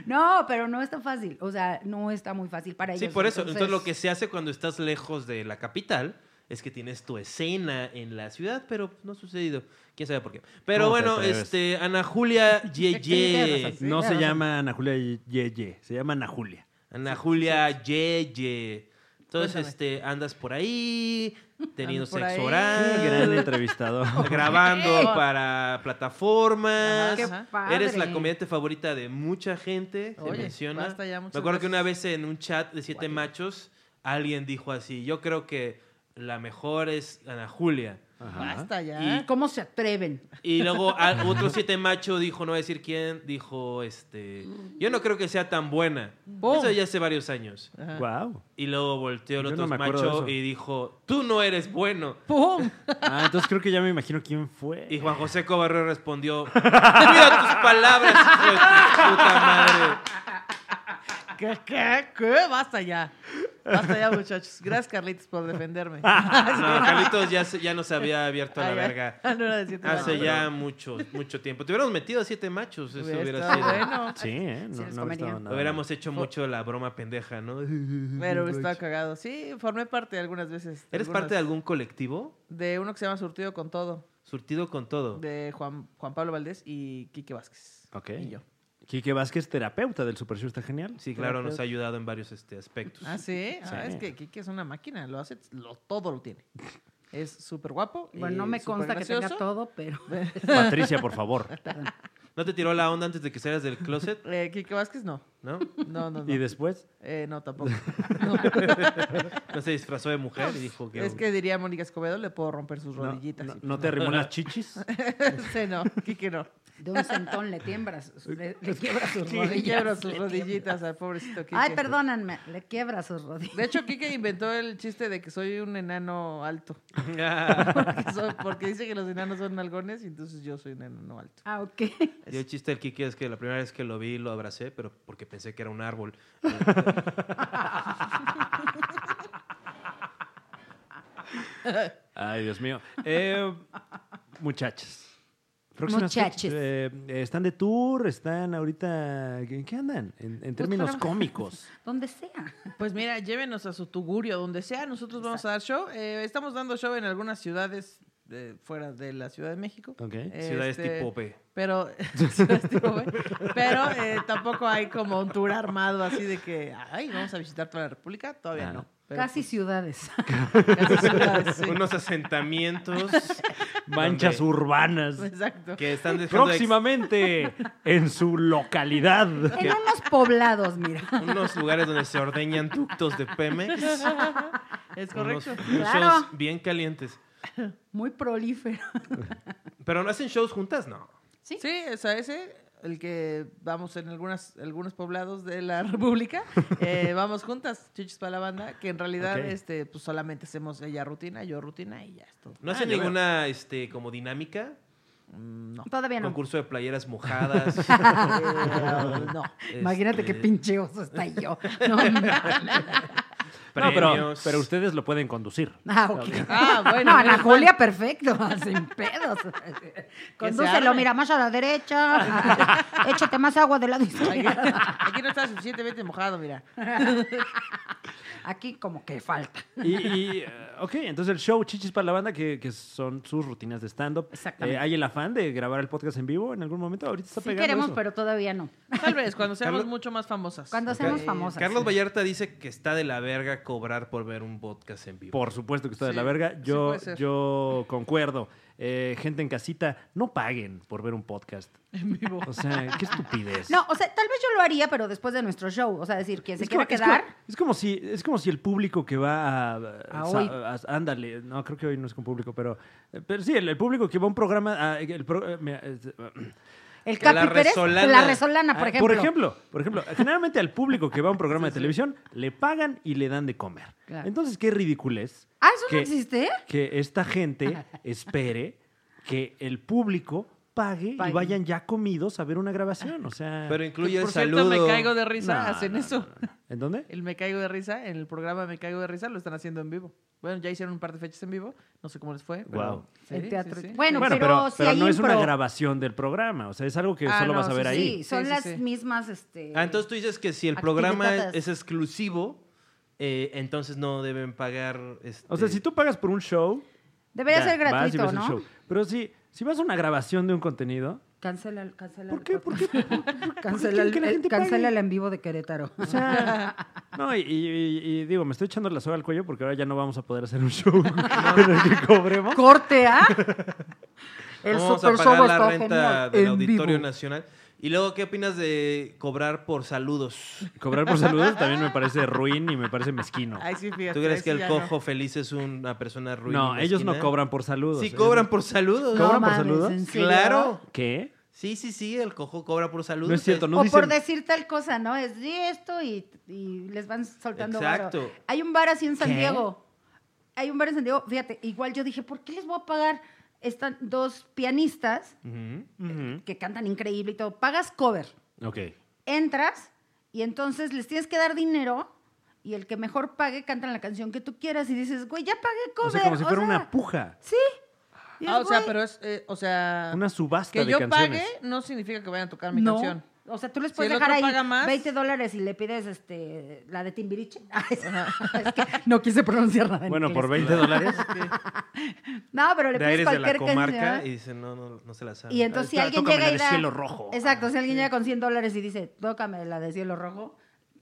B: No, pero no está fácil. O sea, no está muy fácil para ellos.
F: Sí, por eso. Entonces, lo que se hace cuando estás lejos de la capital es que tienes tu escena en la ciudad, pero no ha sucedido. ¿Quién sabe por qué? Pero
D: ¿Cómo te
F: bueno,
D: atreves?
F: este, Ana Julia
B: (laughs) tienes
F: Yeye.
B: razón. Sí,
D: Eh, no se
B: claro.
D: llama Ana Julia Yeye, se llama Ana Julia.
F: Ana Julia Yeye. Entonces,
C: Cuéntame.
F: este, andas
C: (laughs)
F: por ahí, teniendo
C: Ando por
F: sexo
C: ahí.
B: Ah.
D: Qué gran
B: (laughs)
F: oral,
D: entrevistador.
F: (laughs) grabando para plataformas.
C: Ajá, qué
B: padre.
F: Eres la comediante favorita de mucha gente. Se
C: Oye,
F: menciona.
C: basta ya,
F: Me
C: muchas
F: acuerdo que
C: gracias.
F: una vez en un chat de siete
C: Guay.
F: machos, alguien dijo así: Yo creo que la mejor es
C: (laughs)
F: Ana Julia.
D: Ajá.
C: Basta ya.
B: ¿Cómo se atreven?
F: Y luego al- otro siete macho dijo, no voy a decir quién, dijo, este, yo no creo que sea tan buena.
C: Boom.
F: Eso ya hace varios años.
B: Ah.
C: Ajá.
D: Wow.
F: Y luego volteó el
D: Yo
F: otro
D: no me acuerdo de
F: macho
D: eso.
F: y dijo, tú no eres bueno.
C: ¡Pum!
D: Ah, entonces creo que ya me imagino quién fue.
F: Y Juan José
D: (laughs)
F: Cobarro respondió, cuida tus palabras, hijo de tu puta madre.
C: ¿Qué, qué, qué? Basta ya. Basta ya, muchachos. Gracias, Carlitos, por
F: (laughs)
C: defenderme.
D: Ah,
F: No, Carlitos ya, se- ya nos había abierto la
C: Ay, ay.
F: verga.
C: Ah, (laughs) no era de siete
F: Hace
C: años.
F: ya mucho, mucho tiempo. Te hubiéramos metido a siete machos, eso
C: Hubiera
F: hubiera
C: estado
F: sido.
C: bueno.
D: Sí, ¿eh? No,
B: Sí, les
D: no había
B: comería.
D: estado nada.
F: Hubiéramos hecho mucho la broma pendeja, ¿no?
C: Pero estaba cagado. Sí, formé parte algunas veces.
F: ¿Eres
C: algunas-
F: parte de algún colectivo?
C: de uno que se llama Surtido con Todo,
F: Surtido con todo.
C: de Juan, Juan Pablo Valdés y Quique Vázquez.
D: Ok.
C: Y yo.
D: Quique Vázquez, terapeuta del Super Show, está genial. (laughs)
F: Sí, claro, nos ha ayudado en varios este, aspectos.
C: Ah, sí. Ah,
D: Sí.
C: es que Quique es una máquina. Lo hace, lo, todo lo tiene. Es súper guapo.
B: (laughs) Bueno, no me consta que tenga todo,
C: (laughs)
B: pero...
D: Patricia,
B: (laughs)
D: por favor.
F: ¿No te tiró la onda antes de que salieras del closet?
C: Eh, Quique Vázquez, no.
F: ¿No?
C: No,
F: (laughs)
C: no, no.
D: Y después,
C: Eh, no, tampoco. No.
F: ¿No se disfrazó de mujer y dijo que...
C: Es que diría Mónica Escobedo, le puedo romper sus
D: no,
C: rodillitas.
D: no-
C: y pues
D: ¿no te arrimó (laughs) las chichis?
C: (laughs) sí, no, Quique
D: (laughs)
C: no.
B: De un sentón le
C: (laughs)
B: tiembras, le, le quiebra sus rodillas.
C: Le quiebra sus
B: le tiembla.
C: rodillitas al pobrecito Quique.
B: Ay, perdónenme, le quiebra sus rodillas.
C: De hecho, Quique inventó el chiste de que soy un enano
D: (laughs)
C: alto.
F: Ah,
C: Porque, soy- porque dice que los enanos son malgones y entonces yo soy un enano alto.
B: Ah, ok. (laughs)
F: Yo el chiste del Kiki es que la primera vez que lo vi lo abracé, pero porque pensé que era un árbol.
D: Ay, Dios mío. Eh, muchachas. Próximas fechas.
B: Muchachas.
D: Eh, están de tour, están ahorita. ¿En qué andan? En, en términos
B: para-
D: cómicos.
B: Donde sea.
C: Pues mira, llévenos a su tugurio, donde sea. Nosotros vamos a dar show. Eh, estamos dando show en algunas ciudades de- fuera de la Ciudad de México.
D: Ok.
F: Ciudades
C: Este,
F: tipo P.
C: Pero, (laughs) ciudades tipo B. pero eh, tampoco hay como un tour armado así de que, ay, vamos a visitar toda la República. Todavía
D: Ah, no.
C: no. Pero,
B: Casi ciudades.
C: pues, casi ciudades, sí.
F: Unos asentamientos
D: Manchas
F: donde-
D: urbanas.
C: Exacto.
F: que están dejando de ex-
D: Próximamente en su localidad.
B: (laughs) En unos poblados, mira.
F: unos lugares donde se ordeñan ductos de Pemex.
C: Es
F: Unos
C: correcto.
F: usos
B: Claro.
F: bien calientes.
B: Muy prolífero. (laughs)
F: Pero no hacen shows juntas, no.
C: Sí, o sea, ese el que vamos en algunas, algunos poblados de la (laughs) República, eh, vamos juntas, chichis para la banda, que en realidad
D: Ok.
C: este, pues solamente hacemos ella rutina, yo rutina y ya es todo.
F: ¿No hacen ninguna este, como dinámica?
C: Mm, No.
B: Todavía no.
F: Concurso de playeras mojadas. (laughs)
C: Eh, no.
A: Imagínate qué
F: este,
A: pinche oso está
C: (laughs)
A: yo. No, mames.
D: No, pero,
F: premios.
D: pero ustedes lo pueden conducir.
A: ah, ok.
C: Ah, bueno.
A: no, Ana
C: menos mal.
A: Julia,
B: (laughs)
A: perfecto, sin pedos.
B: Condúcelo,
C: arme.
B: mira, más a la
C: (laughs)
B: derecha. Échate más agua del lado
C: Aquí,
B: izquierdo.
C: aquí no está suficientemente mojado, mira.
A: Aquí como que falta.
D: Y, y, eh, ok, entonces el show Chichis para la Banda, que, que son sus rutinas de stand-up.
A: Exactamente.
D: Eh, ¿Hay el afán de grabar el podcast en vivo en algún momento? Ahorita está
A: Sí
D: pegando
A: queremos,
D: eso.
A: pero todavía no.
C: Tal vez cuando seamos
D: Carlos-
C: mucho más famosas.
A: Cuando
C: Ok.
A: seamos famosas.
F: Carlos Vallarta dice que está de la verga cobrar por ver un podcast en vivo.
D: Por supuesto que está de
C: Sí,
D: la verga.
C: sí
D: Yo,
C: puede ser.
D: yo concuerdo. Eh, gente en casita, no paguen por ver un podcast. En vivo. O sea, qué estupidez.
B: No, o sea, tal vez yo lo haría, pero después de nuestro show. O sea, decir, quien se
D: Es
B: quiera
D: como- es
B: quedar.
D: como- Es como, si, es como si el público que va a...
A: A
D: sa-
A: hoy.
D: a- ándale, no, creo que hoy no es con público, pero... eh, Pero sí, el, el público que va a un programa... a- el pro- eh, mira, eh,
B: El
F: La
B: Capi Pérez,
F: Resolana.
B: la Resolana, por
D: ah,
B: ejemplo.
D: Por ejemplo, por ejemplo, generalmente al público que
B: (laughs)
D: va a un programa de televisión le pagan y le dan de comer.
A: Claro.
D: Entonces, qué ridiculez
B: Ah, eso
D: ¿Qué?
B: no existe.
D: que
B: (laughs)
D: esta gente espere que el público pague, y
A: Pague.
D: vayan ya comidos a ver una grabación. O sea...
F: Pero incluye el
C: Por
F: saludo.
C: cierto, me caigo de risa,
D: no,
C: hacen
D: no,
C: eso.
D: no, no. ¿En dónde?
C: El Me Caigo de Risa, en el programa Me Caigo de Risa, lo están haciendo en vivo. Bueno, ya hicieron un par de fechas en vivo, no sé cómo les fue. pero-
D: Guau.
C: Sí,
A: El
C: sí,
A: teatro.
C: sí.
B: Bueno,
D: Bueno,
B: pero,
D: pero,
B: si
D: pero
B: hay
D: no es una
B: impro.
D: grabación del programa, o sea, es algo que
C: Ah,
D: solo
C: no,
D: vas a ver
C: sí,
D: ahí.
B: Sí, son
C: Sí, sí,
B: las
C: sí.
B: mismas. Este...
F: Ah, entonces tú dices que si el programa
B: Actividades.
F: es exclusivo, eh, entonces no deben pagar.
D: O sea,
F: este,
D: si tú pagas por un show,
B: Debería
D: ya,
B: ser
D: vas y
B: gratuito,
D: ves el
B: ¿no?
D: show. Pero si, si vas a una grabación de un contenido,
A: Cancela, el- cancela.
D: ¿por
A: el
D: qué? ¿Por
A: podcast.
D: qué?
B: (laughs)
D: ¿Por- por- por- por qué
A: Cancela
D: quieren
A: el,
D: que la
A: el-
D: gente pague?
A: cancela el en vivo de Querétaro.
B: (laughs)
D: O sea, no, y, y- y digo, me estoy echando la soga al cuello porque ahora ya no vamos a poder hacer un show (laughs) en el que cobremos.
A: Corte,
D: (laughs)
A: ¿ah? El
F: no vamos
A: super
F: a pagar
A: show
F: la
A: está
F: renta
A: genial.
F: del
A: en
F: Auditorio
A: vivo.
F: Nacional. Y luego, ¿qué opinas de cobrar por saludos?
D: Cobrar por saludos también me parece ruin y me parece mezquino.
C: Ay, sí, fíjate.
F: ¿Tú crees
C: ahí
F: que
C: sí
F: el
C: ya no.
F: cojo feliz es una persona ruin?
D: No,
F: y
D: ellos no
F: mezquina?
D: cobran por saludos. ¿eh?
F: Sí,
D: ellos-
F: cobran por saludos.
D: ¿Cobran por
A: mames,
D: saludos?
A: ¿en serio?
F: Claro.
D: ¿Qué?
F: Sí, sí, sí, el cojo cobra por saludos.
D: No es cierto, no
B: o
D: dicen...
B: por decir tal cosa, ¿no? Es di esto y, y les van soltando varo.
F: Exacto.
B: Hay un bar así en San
D: ¿Qué?
B: Diego. Hay un bar en San Diego. Fíjate, igual yo dije, ¿por qué les voy a pagar? Están dos pianistas
F: Ujú.
D: Ujú.
B: que cantan increíble y todo. Pagas cover,
D: Ok.
B: entras y entonces les tienes que dar dinero y el que mejor pague canta la canción que tú quieras y dices, güey, ya pagué cover.
D: O sea, como si
B: o
D: fuera
B: sea,
D: una puja.
B: y es,
C: Ah, o sea,
B: güey,
C: pero es, eh, o sea,
D: Una subasta
C: que
D: de
C: yo
D: canciones.
C: pague no significa que vayan a tocar mi
B: no.
C: canción.
B: O sea, tú les
C: Si
B: puedes
C: el
B: dejar
C: otro
B: ahí
C: paga más-
B: 20 dólares y le pides este, la de Timbiriche. (laughs)
A: Es que no quise pronunciar nada. en
D: Bueno, por
A: inglés.
D: 20
B: (laughs)
D: dólares.
B: No, pero le
F: De
B: pides
F: aires de
B: cualquier
F: la comarca
B: canción.
F: y dicen, no, no, no se la saben.
B: Y entonces si
D: Está-
B: alguien
D: tócame
B: llega
D: la
B: y
D: de
B: da...
D: cielo rojo.
B: Exacto, si alguien llega con 100 dólares y dice, tócame la de cielo rojo,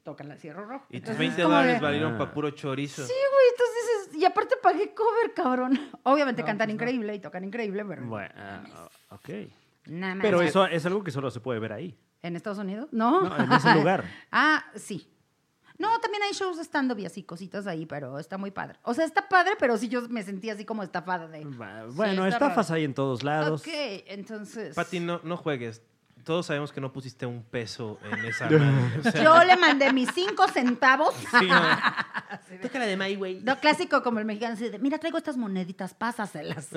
B: toca la de cielo rojo.
F: Y tus
B: Entonces,
F: 20
B: como
F: dólares
B: de-
F: valieron
D: Ah.
F: para puro chorizo.
B: Sí, güey, entonces dices, y aparte pagué cover, cabrón. Obviamente cantan increíble y tocan increíble, pero...
D: pues Bueno, ah, ok.
B: Nada más.
D: Pero eso es algo que solo se puede ver ahí.
B: ¿En Estados Unidos? No.
D: No, en ese lugar.
B: (laughs) ah, sí. No, también hay shows de stand-up y así, cositas ahí, pero está muy padre. O sea, está padre, pero sí yo me sentí así como estafada de...
D: Va-
B: Sí,
D: Bueno,
B: está
D: estafas hay en todos lados.
B: Ok, entonces...
F: Pati, no, no juegues. Todos sabemos que no pusiste un peso en
D: (laughs)
F: esa. madre. O sea,
B: Yo le mandé mis cinco centavos.
F: sí, no. Tócala de My Way.
B: No, clásico como el mexicano, así de, mira, traigo estas moneditas,
D: (laughs)
B: pásaselas.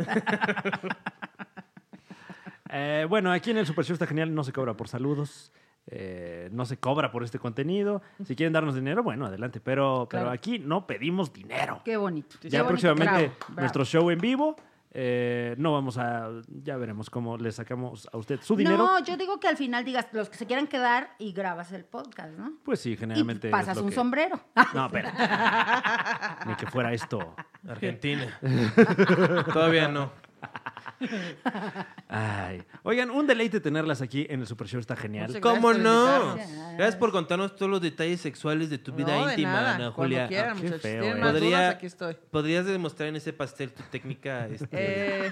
D: Eh, bueno, aquí en el Super Show está genial. No se cobra por saludos. eh, no se cobra por este contenido. Si quieren darnos dinero, bueno, adelante. Pero,
B: Claro.
D: pero aquí no pedimos dinero.
B: Qué bonito. qué
D: ya
B: bonito.
D: próximamente
B: Bravo, bravo.
D: nuestro show en vivo. eh, no vamos a. Ya veremos cómo le sacamos a usted su dinero.
B: No, yo digo que al final digas los que se quieran quedar y grabas el podcast, ¿no?
D: Pues sí,
B: Y
D: generalmente. es
B: pasas
D: lo
B: un
D: que-
B: sombrero.
D: (laughs) No, espera. Ni que fuera esto.
C: (laughs)
F: Argentina. Todavía no.
D: Ay. Oigan, un deleite tenerlas aquí en el Super Show está genial.
C: Muchas
F: ¿Cómo
C: gracias por
F: no?
C: invitarnos.
F: Gracias por contarnos todos los detalles sexuales de tu vida
C: no, de
F: íntima,
C: nada.
F: Ana
C: Cuando
F: Julia.
C: quieran,
D: Ah, qué
C: muchachos.
D: feo,
C: Tienen
D: eh.
C: más
F: Podría-
C: dudas, aquí
F: (laughs)
C: estoy.
F: ¿Podrías demostrar en ese pastel tu técnica? este,
C: Eh,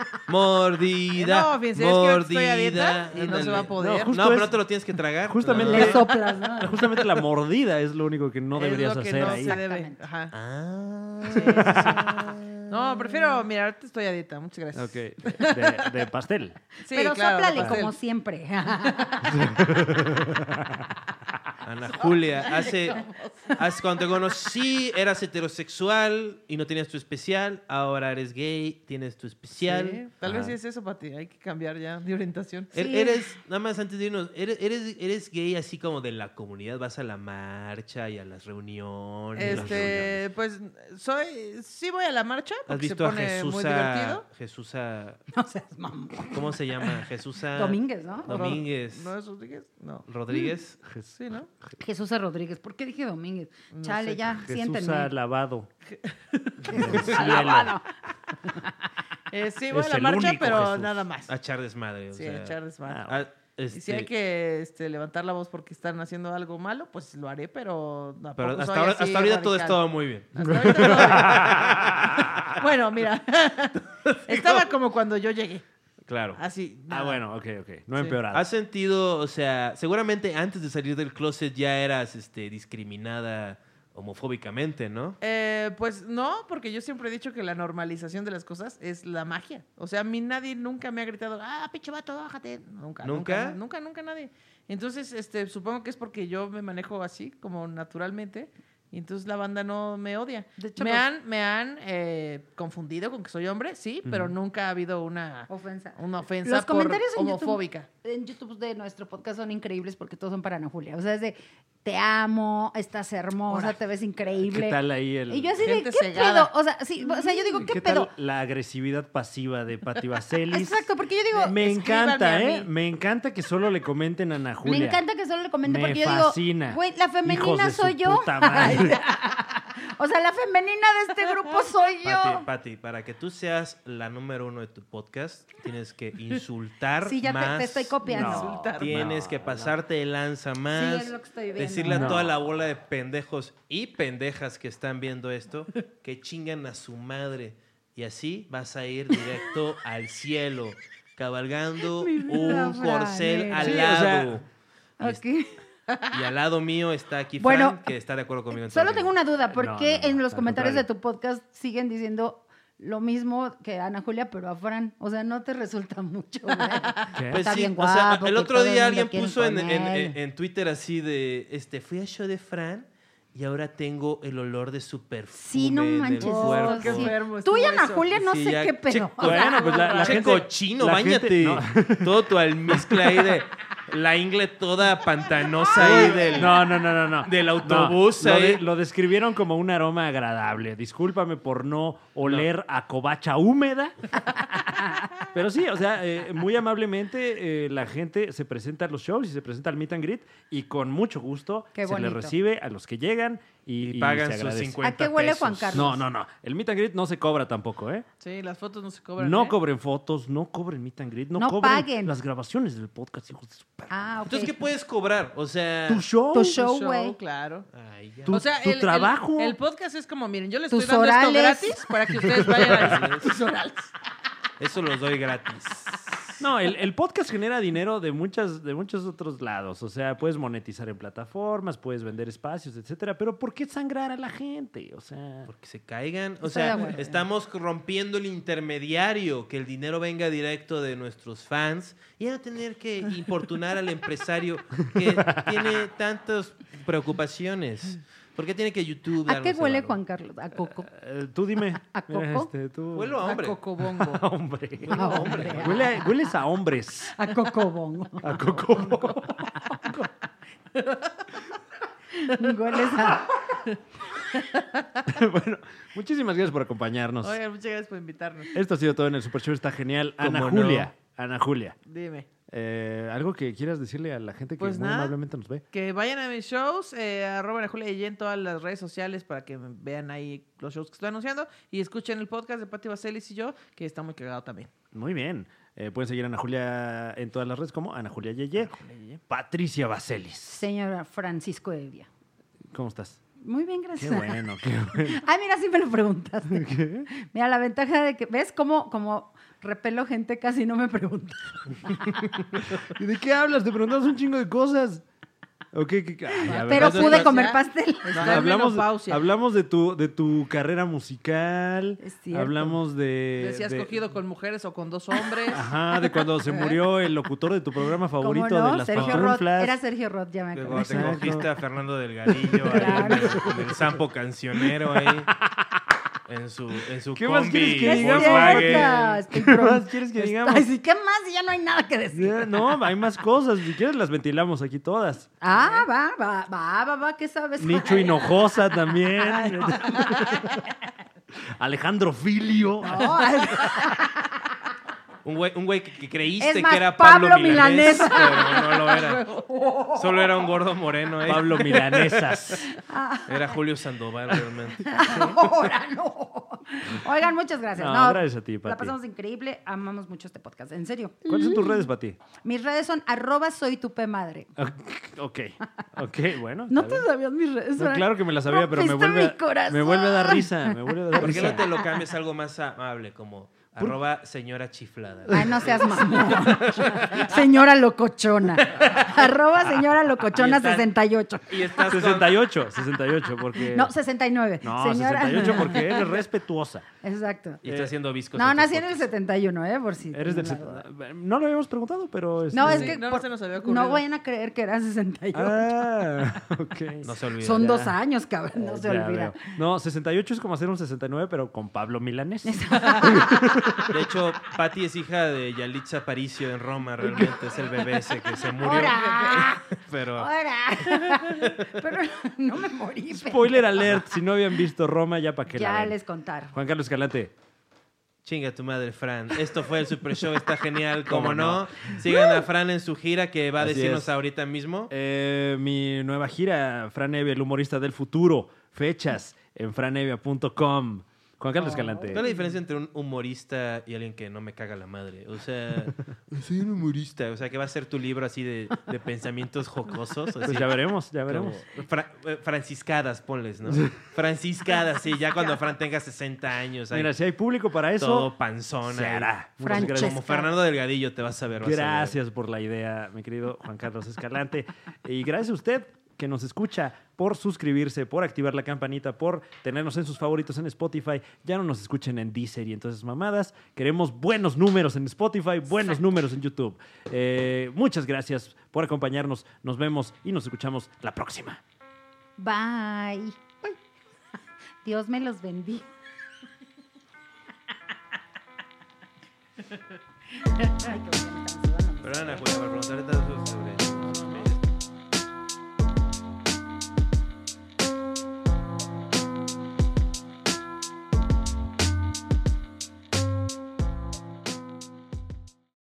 C: (laughs)
F: Mordida.
C: no, fíjense, es que ahorita estoy a dieta
F: mordida.
C: y no se
F: Ándale.
C: va a poder.
D: No, justo
F: No, pero
D: es-
F: no te lo tienes que tragar. Ah.
D: justamente-
F: No.
A: Le soplas, ¿no?
D: Justamente la mordida es lo único que no
C: es
D: deberías
C: lo que
D: hacer
C: no
D: ahí.
C: se debe.
A: Exactamente.
F: (laughs)
C: Ajá.
F: Ah.
C: No, prefiero, mira, ahorita estoy a dieta, muchas gracias.
D: Ok, de, de- de pastel.
C: Sí,
B: Pero
C: claro,
B: sóplale
C: pastel.
B: como siempre. (laughs)
F: Ana Julia, hace, hace- cuando te conocí eras heterosexual y no tenías tu especial, ahora eres gay, tienes tu especial.
C: Sí, tal vez sí es eso, Pati, hay que cambiar ya de orientación.
F: Er-
B: Sí.
F: Eres, nada más antes de irnos, eres, eres, eres gay así como de la comunidad, vas a la marcha y a las reuniones.
C: Este, pues soy, sí voy a la marcha
F: ¿Has
C: porque se
F: visto a
C: pone muy
F: Jesús a,
C: divertido.
F: Jesús a-
B: (laughs) no seas mamón.
F: ¿Cómo
C: (laughs)
F: se llama? Jesús
D: Ah.
F: a-
B: Domínguez, ¿no?
F: Dom- Domínguez.
C: ¿No es Mm. Rodríguez? No.
F: Rodríguez.
C: Sí, ¿no?
B: Jesús A. Rodríguez. ¿Por qué dije Domínguez? Chale,
C: sé.
B: ya,
D: Jesús
B: siéntenme.
D: ha
B: (laughs)
D: lavado.
B: Alabado.
C: Eh,
F: (laughs)
C: sí voy
D: Es
C: a la
D: el
C: marcha,
D: único
C: pero
D: Jesús.
C: nada más.
F: A echar desmadre. Ah, o
C: Sí,
F: sea,
C: echar desmadre.
F: a-
C: Y si
F: este,
C: hay que este, levantar la voz porque están haciendo algo malo, pues lo haré, pero tampoco
F: pero hasta,
C: pues, soy
F: ahora-
C: así
F: hasta ahorita todo
C: radical.
F: estaba muy bien.
C: Hasta
D: (laughs)
C: ahorita todo bien. bueno, mira. Estaba como cuando yo llegué.
F: Claro.
C: Así.
D: Ah,
C: nada.
D: bueno, ok, ok. No ha
C: Sí.
D: empeorado.
F: ¿Has sentido, o sea, seguramente antes de salir del closet ya eras este, discriminada homofóbicamente, ¿no?
C: Eh, pues no, porque yo siempre he dicho que la normalización de las cosas es la magia. O sea, a mí nadie nunca me ha gritado, ah, pinche vato, bájate. Nunca.
F: ¿Nunca?
C: Nunca, nunca, nunca nadie. Entonces, este, supongo que es porque yo me manejo así, como naturalmente. Y entonces la banda no me odia.
B: De hecho,
C: me
B: los-
C: han, me han eh, confundido con que soy hombre, sí, pero nunca ha habido una,
B: Ofensa.
C: una ofensa
B: Los
C: por
B: comentarios en
C: homofóbica.
B: YouTube, en YouTube de nuestro podcast son increíbles porque todos son para Ana Julia. O sea, es de te amo, estás hermosa,
C: Órale.
B: te ves increíble.
D: ¿Qué tal ahí el... Mm,
B: Y yo así de,
C: Gente
B: ¿qué
C: cegada.
B: pedo? O sea, sí, o sea, yo digo, ¿qué,
D: ¿Qué
B: pedo?
D: tal la agresividad pasiva de Pati Vaselis?
B: Exacto, porque yo digo,
D: Me encanta,
C: escríbanme a
D: ¿eh?
C: mí.
D: Me encanta que solo le comenten a Ana Julia.
B: me encanta que solo le comente
D: Me
B: porque yo
D: fascina.
B: digo, güey, la
D: Hijos de
B: femenina
D: su
B: soy yo.
D: puta madre.
B: (laughs) O sea, la femenina de este grupo soy yo.
F: Pati, Pati, para que tú seas la número uno de tu podcast,
B: (laughs)
F: tienes que insultar
B: Sí, ya te-
F: más.
B: te estoy copiando.
D: No,
C: Insultar.
F: Tienes
D: no,
F: que pasarte de lanza más.
B: es lo que estoy viendo.
F: Decirle a
D: No.
F: toda la bola de pendejos y pendejas que están
B: (laughs)
F: viendo esto que chingan a su madre. Y así vas a ir directo al cielo, cabalgando un
B: vida
F: corcel
B: franera.
F: al
D: Sí, o
F: lado. y,
B: (laughs)
F: es-
B: Ok.
F: y al lado mío está aquí
B: Bueno,
F: Frank, que está de acuerdo conmigo. en todo
B: Solo
F: ello.
B: tengo una duda, ¿por
D: No,
B: qué
D: no, no,
B: en los
D: al
B: comentarios de
D: contrario.
B: tu podcast siguen diciendo lo mismo que Ana Julia, pero a Fran? O sea, no te resulta mucho.
F: (laughs)
B: güey.
D: ¿Qué?
F: Pues
B: Está
F: sí,
B: bien
F: o sea,
B: guapo,
F: el
B: que
F: otro
B: todo el
F: día
B: mundo
F: alguien
B: quiere
F: puso en,
B: con
F: en-
B: él.
F: en- en Twitter así de, este, fui a show de Fran y ahora tengo el olor de su perfume
B: Sí, no
F: en el
B: manches.
F: cuerpo".
B: eso sí.
C: enfermo
B: Tú y
C: estuvo
B: Ana
C: eso.
B: Julia no
F: Sí,
B: sé
F: ya,
B: qué pedo.
F: checo.
B: O sea, (laughs)
D: Bueno, pues la, la
F: Che
D: gente...
F: cochino,
D: la
F: báñate.
D: gente- no. (laughs)
F: Todo tu almizcle ahí de la ingle toda pantanosa ahí del...
D: No, no, no, no, no.
F: Del
D: No,
F: autobús,
D: lo, de-
F: ¿eh?
D: lo describieron como un aroma agradable. Discúlpame por no oler a cobacha húmeda. Pero sí, o sea, eh, muy amablemente eh, la gente se presenta a los shows y se presenta al meet and greet y con mucho gusto
B: Qué
D: se les
B: bonito.
D: recibe a los que llegan y,
F: Y
D: y
F: pagan
D: se
F: sus
D: agradece.
F: 50
B: ¿A qué huele
F: pesos.
B: Juan Carlos?
D: Pues, No, no, no. El meet and greet no se cobra tampoco, ¿eh?
C: Sí, las fotos no se cobran.
D: no
C: ¿eh?
D: cobren fotos, no cobren meet and greet, no,
B: No
D: cobren
B: paguen.
D: las grabaciones del podcast, hijos de su perra.
B: Ah, ok.
F: Entonces, ¿qué puedes cobrar? O sea...
D: Tu show.
B: Eh, Tu
C: Tu
B: show,
C: show,
B: güey.
C: claro.
F: Ay, ya.
D: Tu- tu trabajo.
C: El, podcast es como, miren, yo les
B: Tus
C: estoy dando
B: orales.
C: esto gratis para que ustedes vayan
D: (laughs)
C: a decir sus orales.
F: Eso los doy gratis.
D: No, el, el podcast genera dinero de muchas, de muchos otros lados. O sea, puedes monetizar en plataformas, puedes vender espacios, etcétera. Pero ¿por qué sangrar a la gente? O sea,
F: Porque se caigan. O
B: Estoy de
F: sea,
B: acuerdo.
F: estamos rompiendo el intermediario, que el dinero venga directo de nuestros fans y a tener que importunar al empresario que tiene tantas preocupaciones. ¿Por qué tiene que YouTube?
B: ¿A qué
F: darnos el
B: huele
F: valor?
B: Juan Carlos? A coco.
D: eh, tú dime.
B: (laughs)
D: (laughs)
B: ¿A coco?
D: Este, tú-
F: Huelo a hombre.
C: A (laughs) cocobongo.
D: (laughs) a hombre.
B: A hombre.
D: Huele a- hueles
B: (laughs)
D: a hombres.
B: A cocobongo.
D: A coco. (laughs)
B: Hueles
F: (laughs)
B: a...
D: bueno, muchísimas gracias por acompañarnos.
C: Oigan, muchas gracias por invitarnos.
D: Esto ha sido todo en el Super Show. Está genial. Ana
F: ¿Cómo no?
D: Julia. Ana Julia.
C: Dime.
D: eh, ¿Algo que quieras decirle a la gente que
C: Pues
D: muy
C: nada.
D: amablemente nos ve?
C: Que vayan a mis shows, eh, arroba Ana Julia Guillén en todas las redes sociales para que vean ahí los shows que estoy anunciando y escuchen el podcast de Pati Vaselis y yo, que está muy cagado también.
D: Muy bien. Eh, pueden seguir a Ana Julia en todas las redes como Ana Julia Yeye. Patricia Vaselis.
B: Señora Francisco Evia.
D: ¿Cómo estás?
B: Muy bien,
D: Qué
B: gracias.
D: bueno, qué bueno.
B: Ay, mira, sí me lo preguntaste. Mira, la ventaja de que, ¿ves cómo, como repelo gente casi no me pregunta?
D: ¿Y de qué hablas? Te preguntamos un chingo de cosas. Ok, que- que- ay, a ver,
B: Pero
F: entonces,
B: pude
F: pues,
B: comer
C: ya.
B: pastel.
C: Está en
D: Este, hablamos,
C: menopausia.
D: hablamos de tu de tu carrera musical,
B: Es cierto.
D: hablamos de,
C: De si has
D: de-
C: cogido con mujeres o con dos hombres.
D: Ajá, de cuando se murió el locutor de tu
B: (laughs)
D: programa
B: ¿Cómo
D: favorito de
B: no?
D: las
B: Sergio Roth.
D: pantuflas.
B: Era Sergio Roth, ya me
F: Que
B: acuerdo.
F: cuando te
D: Exacto.
F: cogiste a Fernando Delgadillo ahí
B: Claro.
F: en, el, en el sampo cancionero ahí. En su, en su
D: ¿Qué más
F: combi
D: quieres que
B: Es
D: digamos,
F: Volkswagen.
B: cierta, estoy
D: ¿Qué
B: pronto.
D: más quieres que digamos?
B: Ay, sí, ¿qué más? Ya no hay nada que decir.
D: Ya, No, hay más cosas. Si quieres las ventilamos aquí todas.
B: Ah, va, va, va, va, va, ¿qué sabes?
D: Nicho Hinojosa también. Alejandro Filio.
B: (laughs) No, es-
F: Un güey, un güey que, que creíste
B: Es más,
F: que era Pablo,
B: Pablo
F: Milanés,
B: Milanés.
F: pero no lo era.
B: (laughs)
F: Solo era un gordo moreno, ¿eh?
D: Pablo Milanesas.
B: (laughs)
F: Era Julio Sandoval realmente.
B: ahora no. Oigan, muchas gracias.
D: No,
B: No,
D: gracias a ti, Pati.
B: La pasamos increíble, amamos mucho este podcast, en serio.
D: ¿Cuáles son tus redes, Pati?
B: Mis redes son arroba soy tu P madre.
D: Ok. Ok, bueno.
B: No
D: está
B: te
D: bien.
B: sabías mis redes.
D: No,
B: ¿verdad?
D: claro que me la sabía, pero me
B: Rompiste
D: vuelve,
B: mi corazón.
D: me vuelve a dar risa. Me vuelve a dar
F: ¿Por qué
D: risa.
F: no te lo cambias a algo más amable como arroba señora chiflada?
B: Ay, no seas mamón. (laughs) señora
D: (laughs)
B: locochona. Arroba señora locochona
F: Ahí están.
B: 68.
F: Y estás con-
D: 68, 68, porque...
B: No, 69.
D: Eh, No,
B: señora...
D: 68 porque eres respetuosa.
B: (laughs) Exacto.
F: y estás haciendo viscos.
B: No,
F: en tus
B: nací en el
F: fotos.
B: 71, ¿eh? Por si.
D: Eres del... Ah,
B: tienen la duda.
D: No lo habíamos preguntado, pero...
B: No,
D: este-
B: es
C: Sí,
B: que.
C: no
B: por-
C: se nos había ocurrido.
B: no vayan a creer que era 68.
D: Ah, ok.
F: No se olvida.
B: Son dos años, cabrón. No se
D: Oh, Eh, Ya
B: olvida.
D: veo. No, 68 es como hacer un 69, pero con Pablo
B: (laughs)
D: Milanés.
F: De hecho, Patty es hija de Yalitza Aparicio en Roma, realmente. Es el bebé ese que se murió.
B: ¡Hora!
D: (laughs)
F: Pero
B: ¡Hora! (laughs) Pero no me morí. pero- (laughs)
D: Spoiler alert, si no habían visto Roma, ya para que la
B: Ya
D: vean.
B: les contaron.
D: Juan Carlos Escalante.
F: chinga tu madre, Fran. Esto fue el Super Show, está genial. Como no, sigan a Fran en su gira que va a
D: Así
F: decirnos
D: es.
F: ahorita mismo.
D: Eh, mi nueva gira, Fran Evia, el humorista del futuro. Fechas en franevia.com. Juan
B: Oh.
D: Carlos Escalante.
F: ¿Cuál es la diferencia entre un humorista y alguien que no me caga la madre? O sea, (laughs) soy un humorista. O sea, que va a ser tu libro así de, de pensamientos jocosos.
D: Pues
F: así
D: ya veremos, ya veremos.
F: como fra- eh, franciscadas, ponles, ¿no? Franciscadas, sí, ya cuando Fran tenga 60 años. ahí,
D: Mira, si hay público para eso,
F: todo panzona.
D: se
F: ahí.
D: hará. Muchas
B: Francesca.
D: gracias.
F: Como Fernando Delgadillo te vas a ver. vas a ver.
D: Gracias por la idea, mi querido Juan Carlos Escalante. Y gracias a usted que nos escucha por suscribirse, por activar la campanita, por tenernos en sus favoritos en Spotify. Ya no nos escuchen en Deezer y entonces mamadas. Queremos buenos números en Spotify, buenos números en YouTube. Eh, muchas gracias por acompañarnos. Nos vemos y nos escuchamos la próxima.
B: Bye. (laughs) Dios me los bendiga.
F: Perdón, Ana Julia, por preguntarte tanto sobre-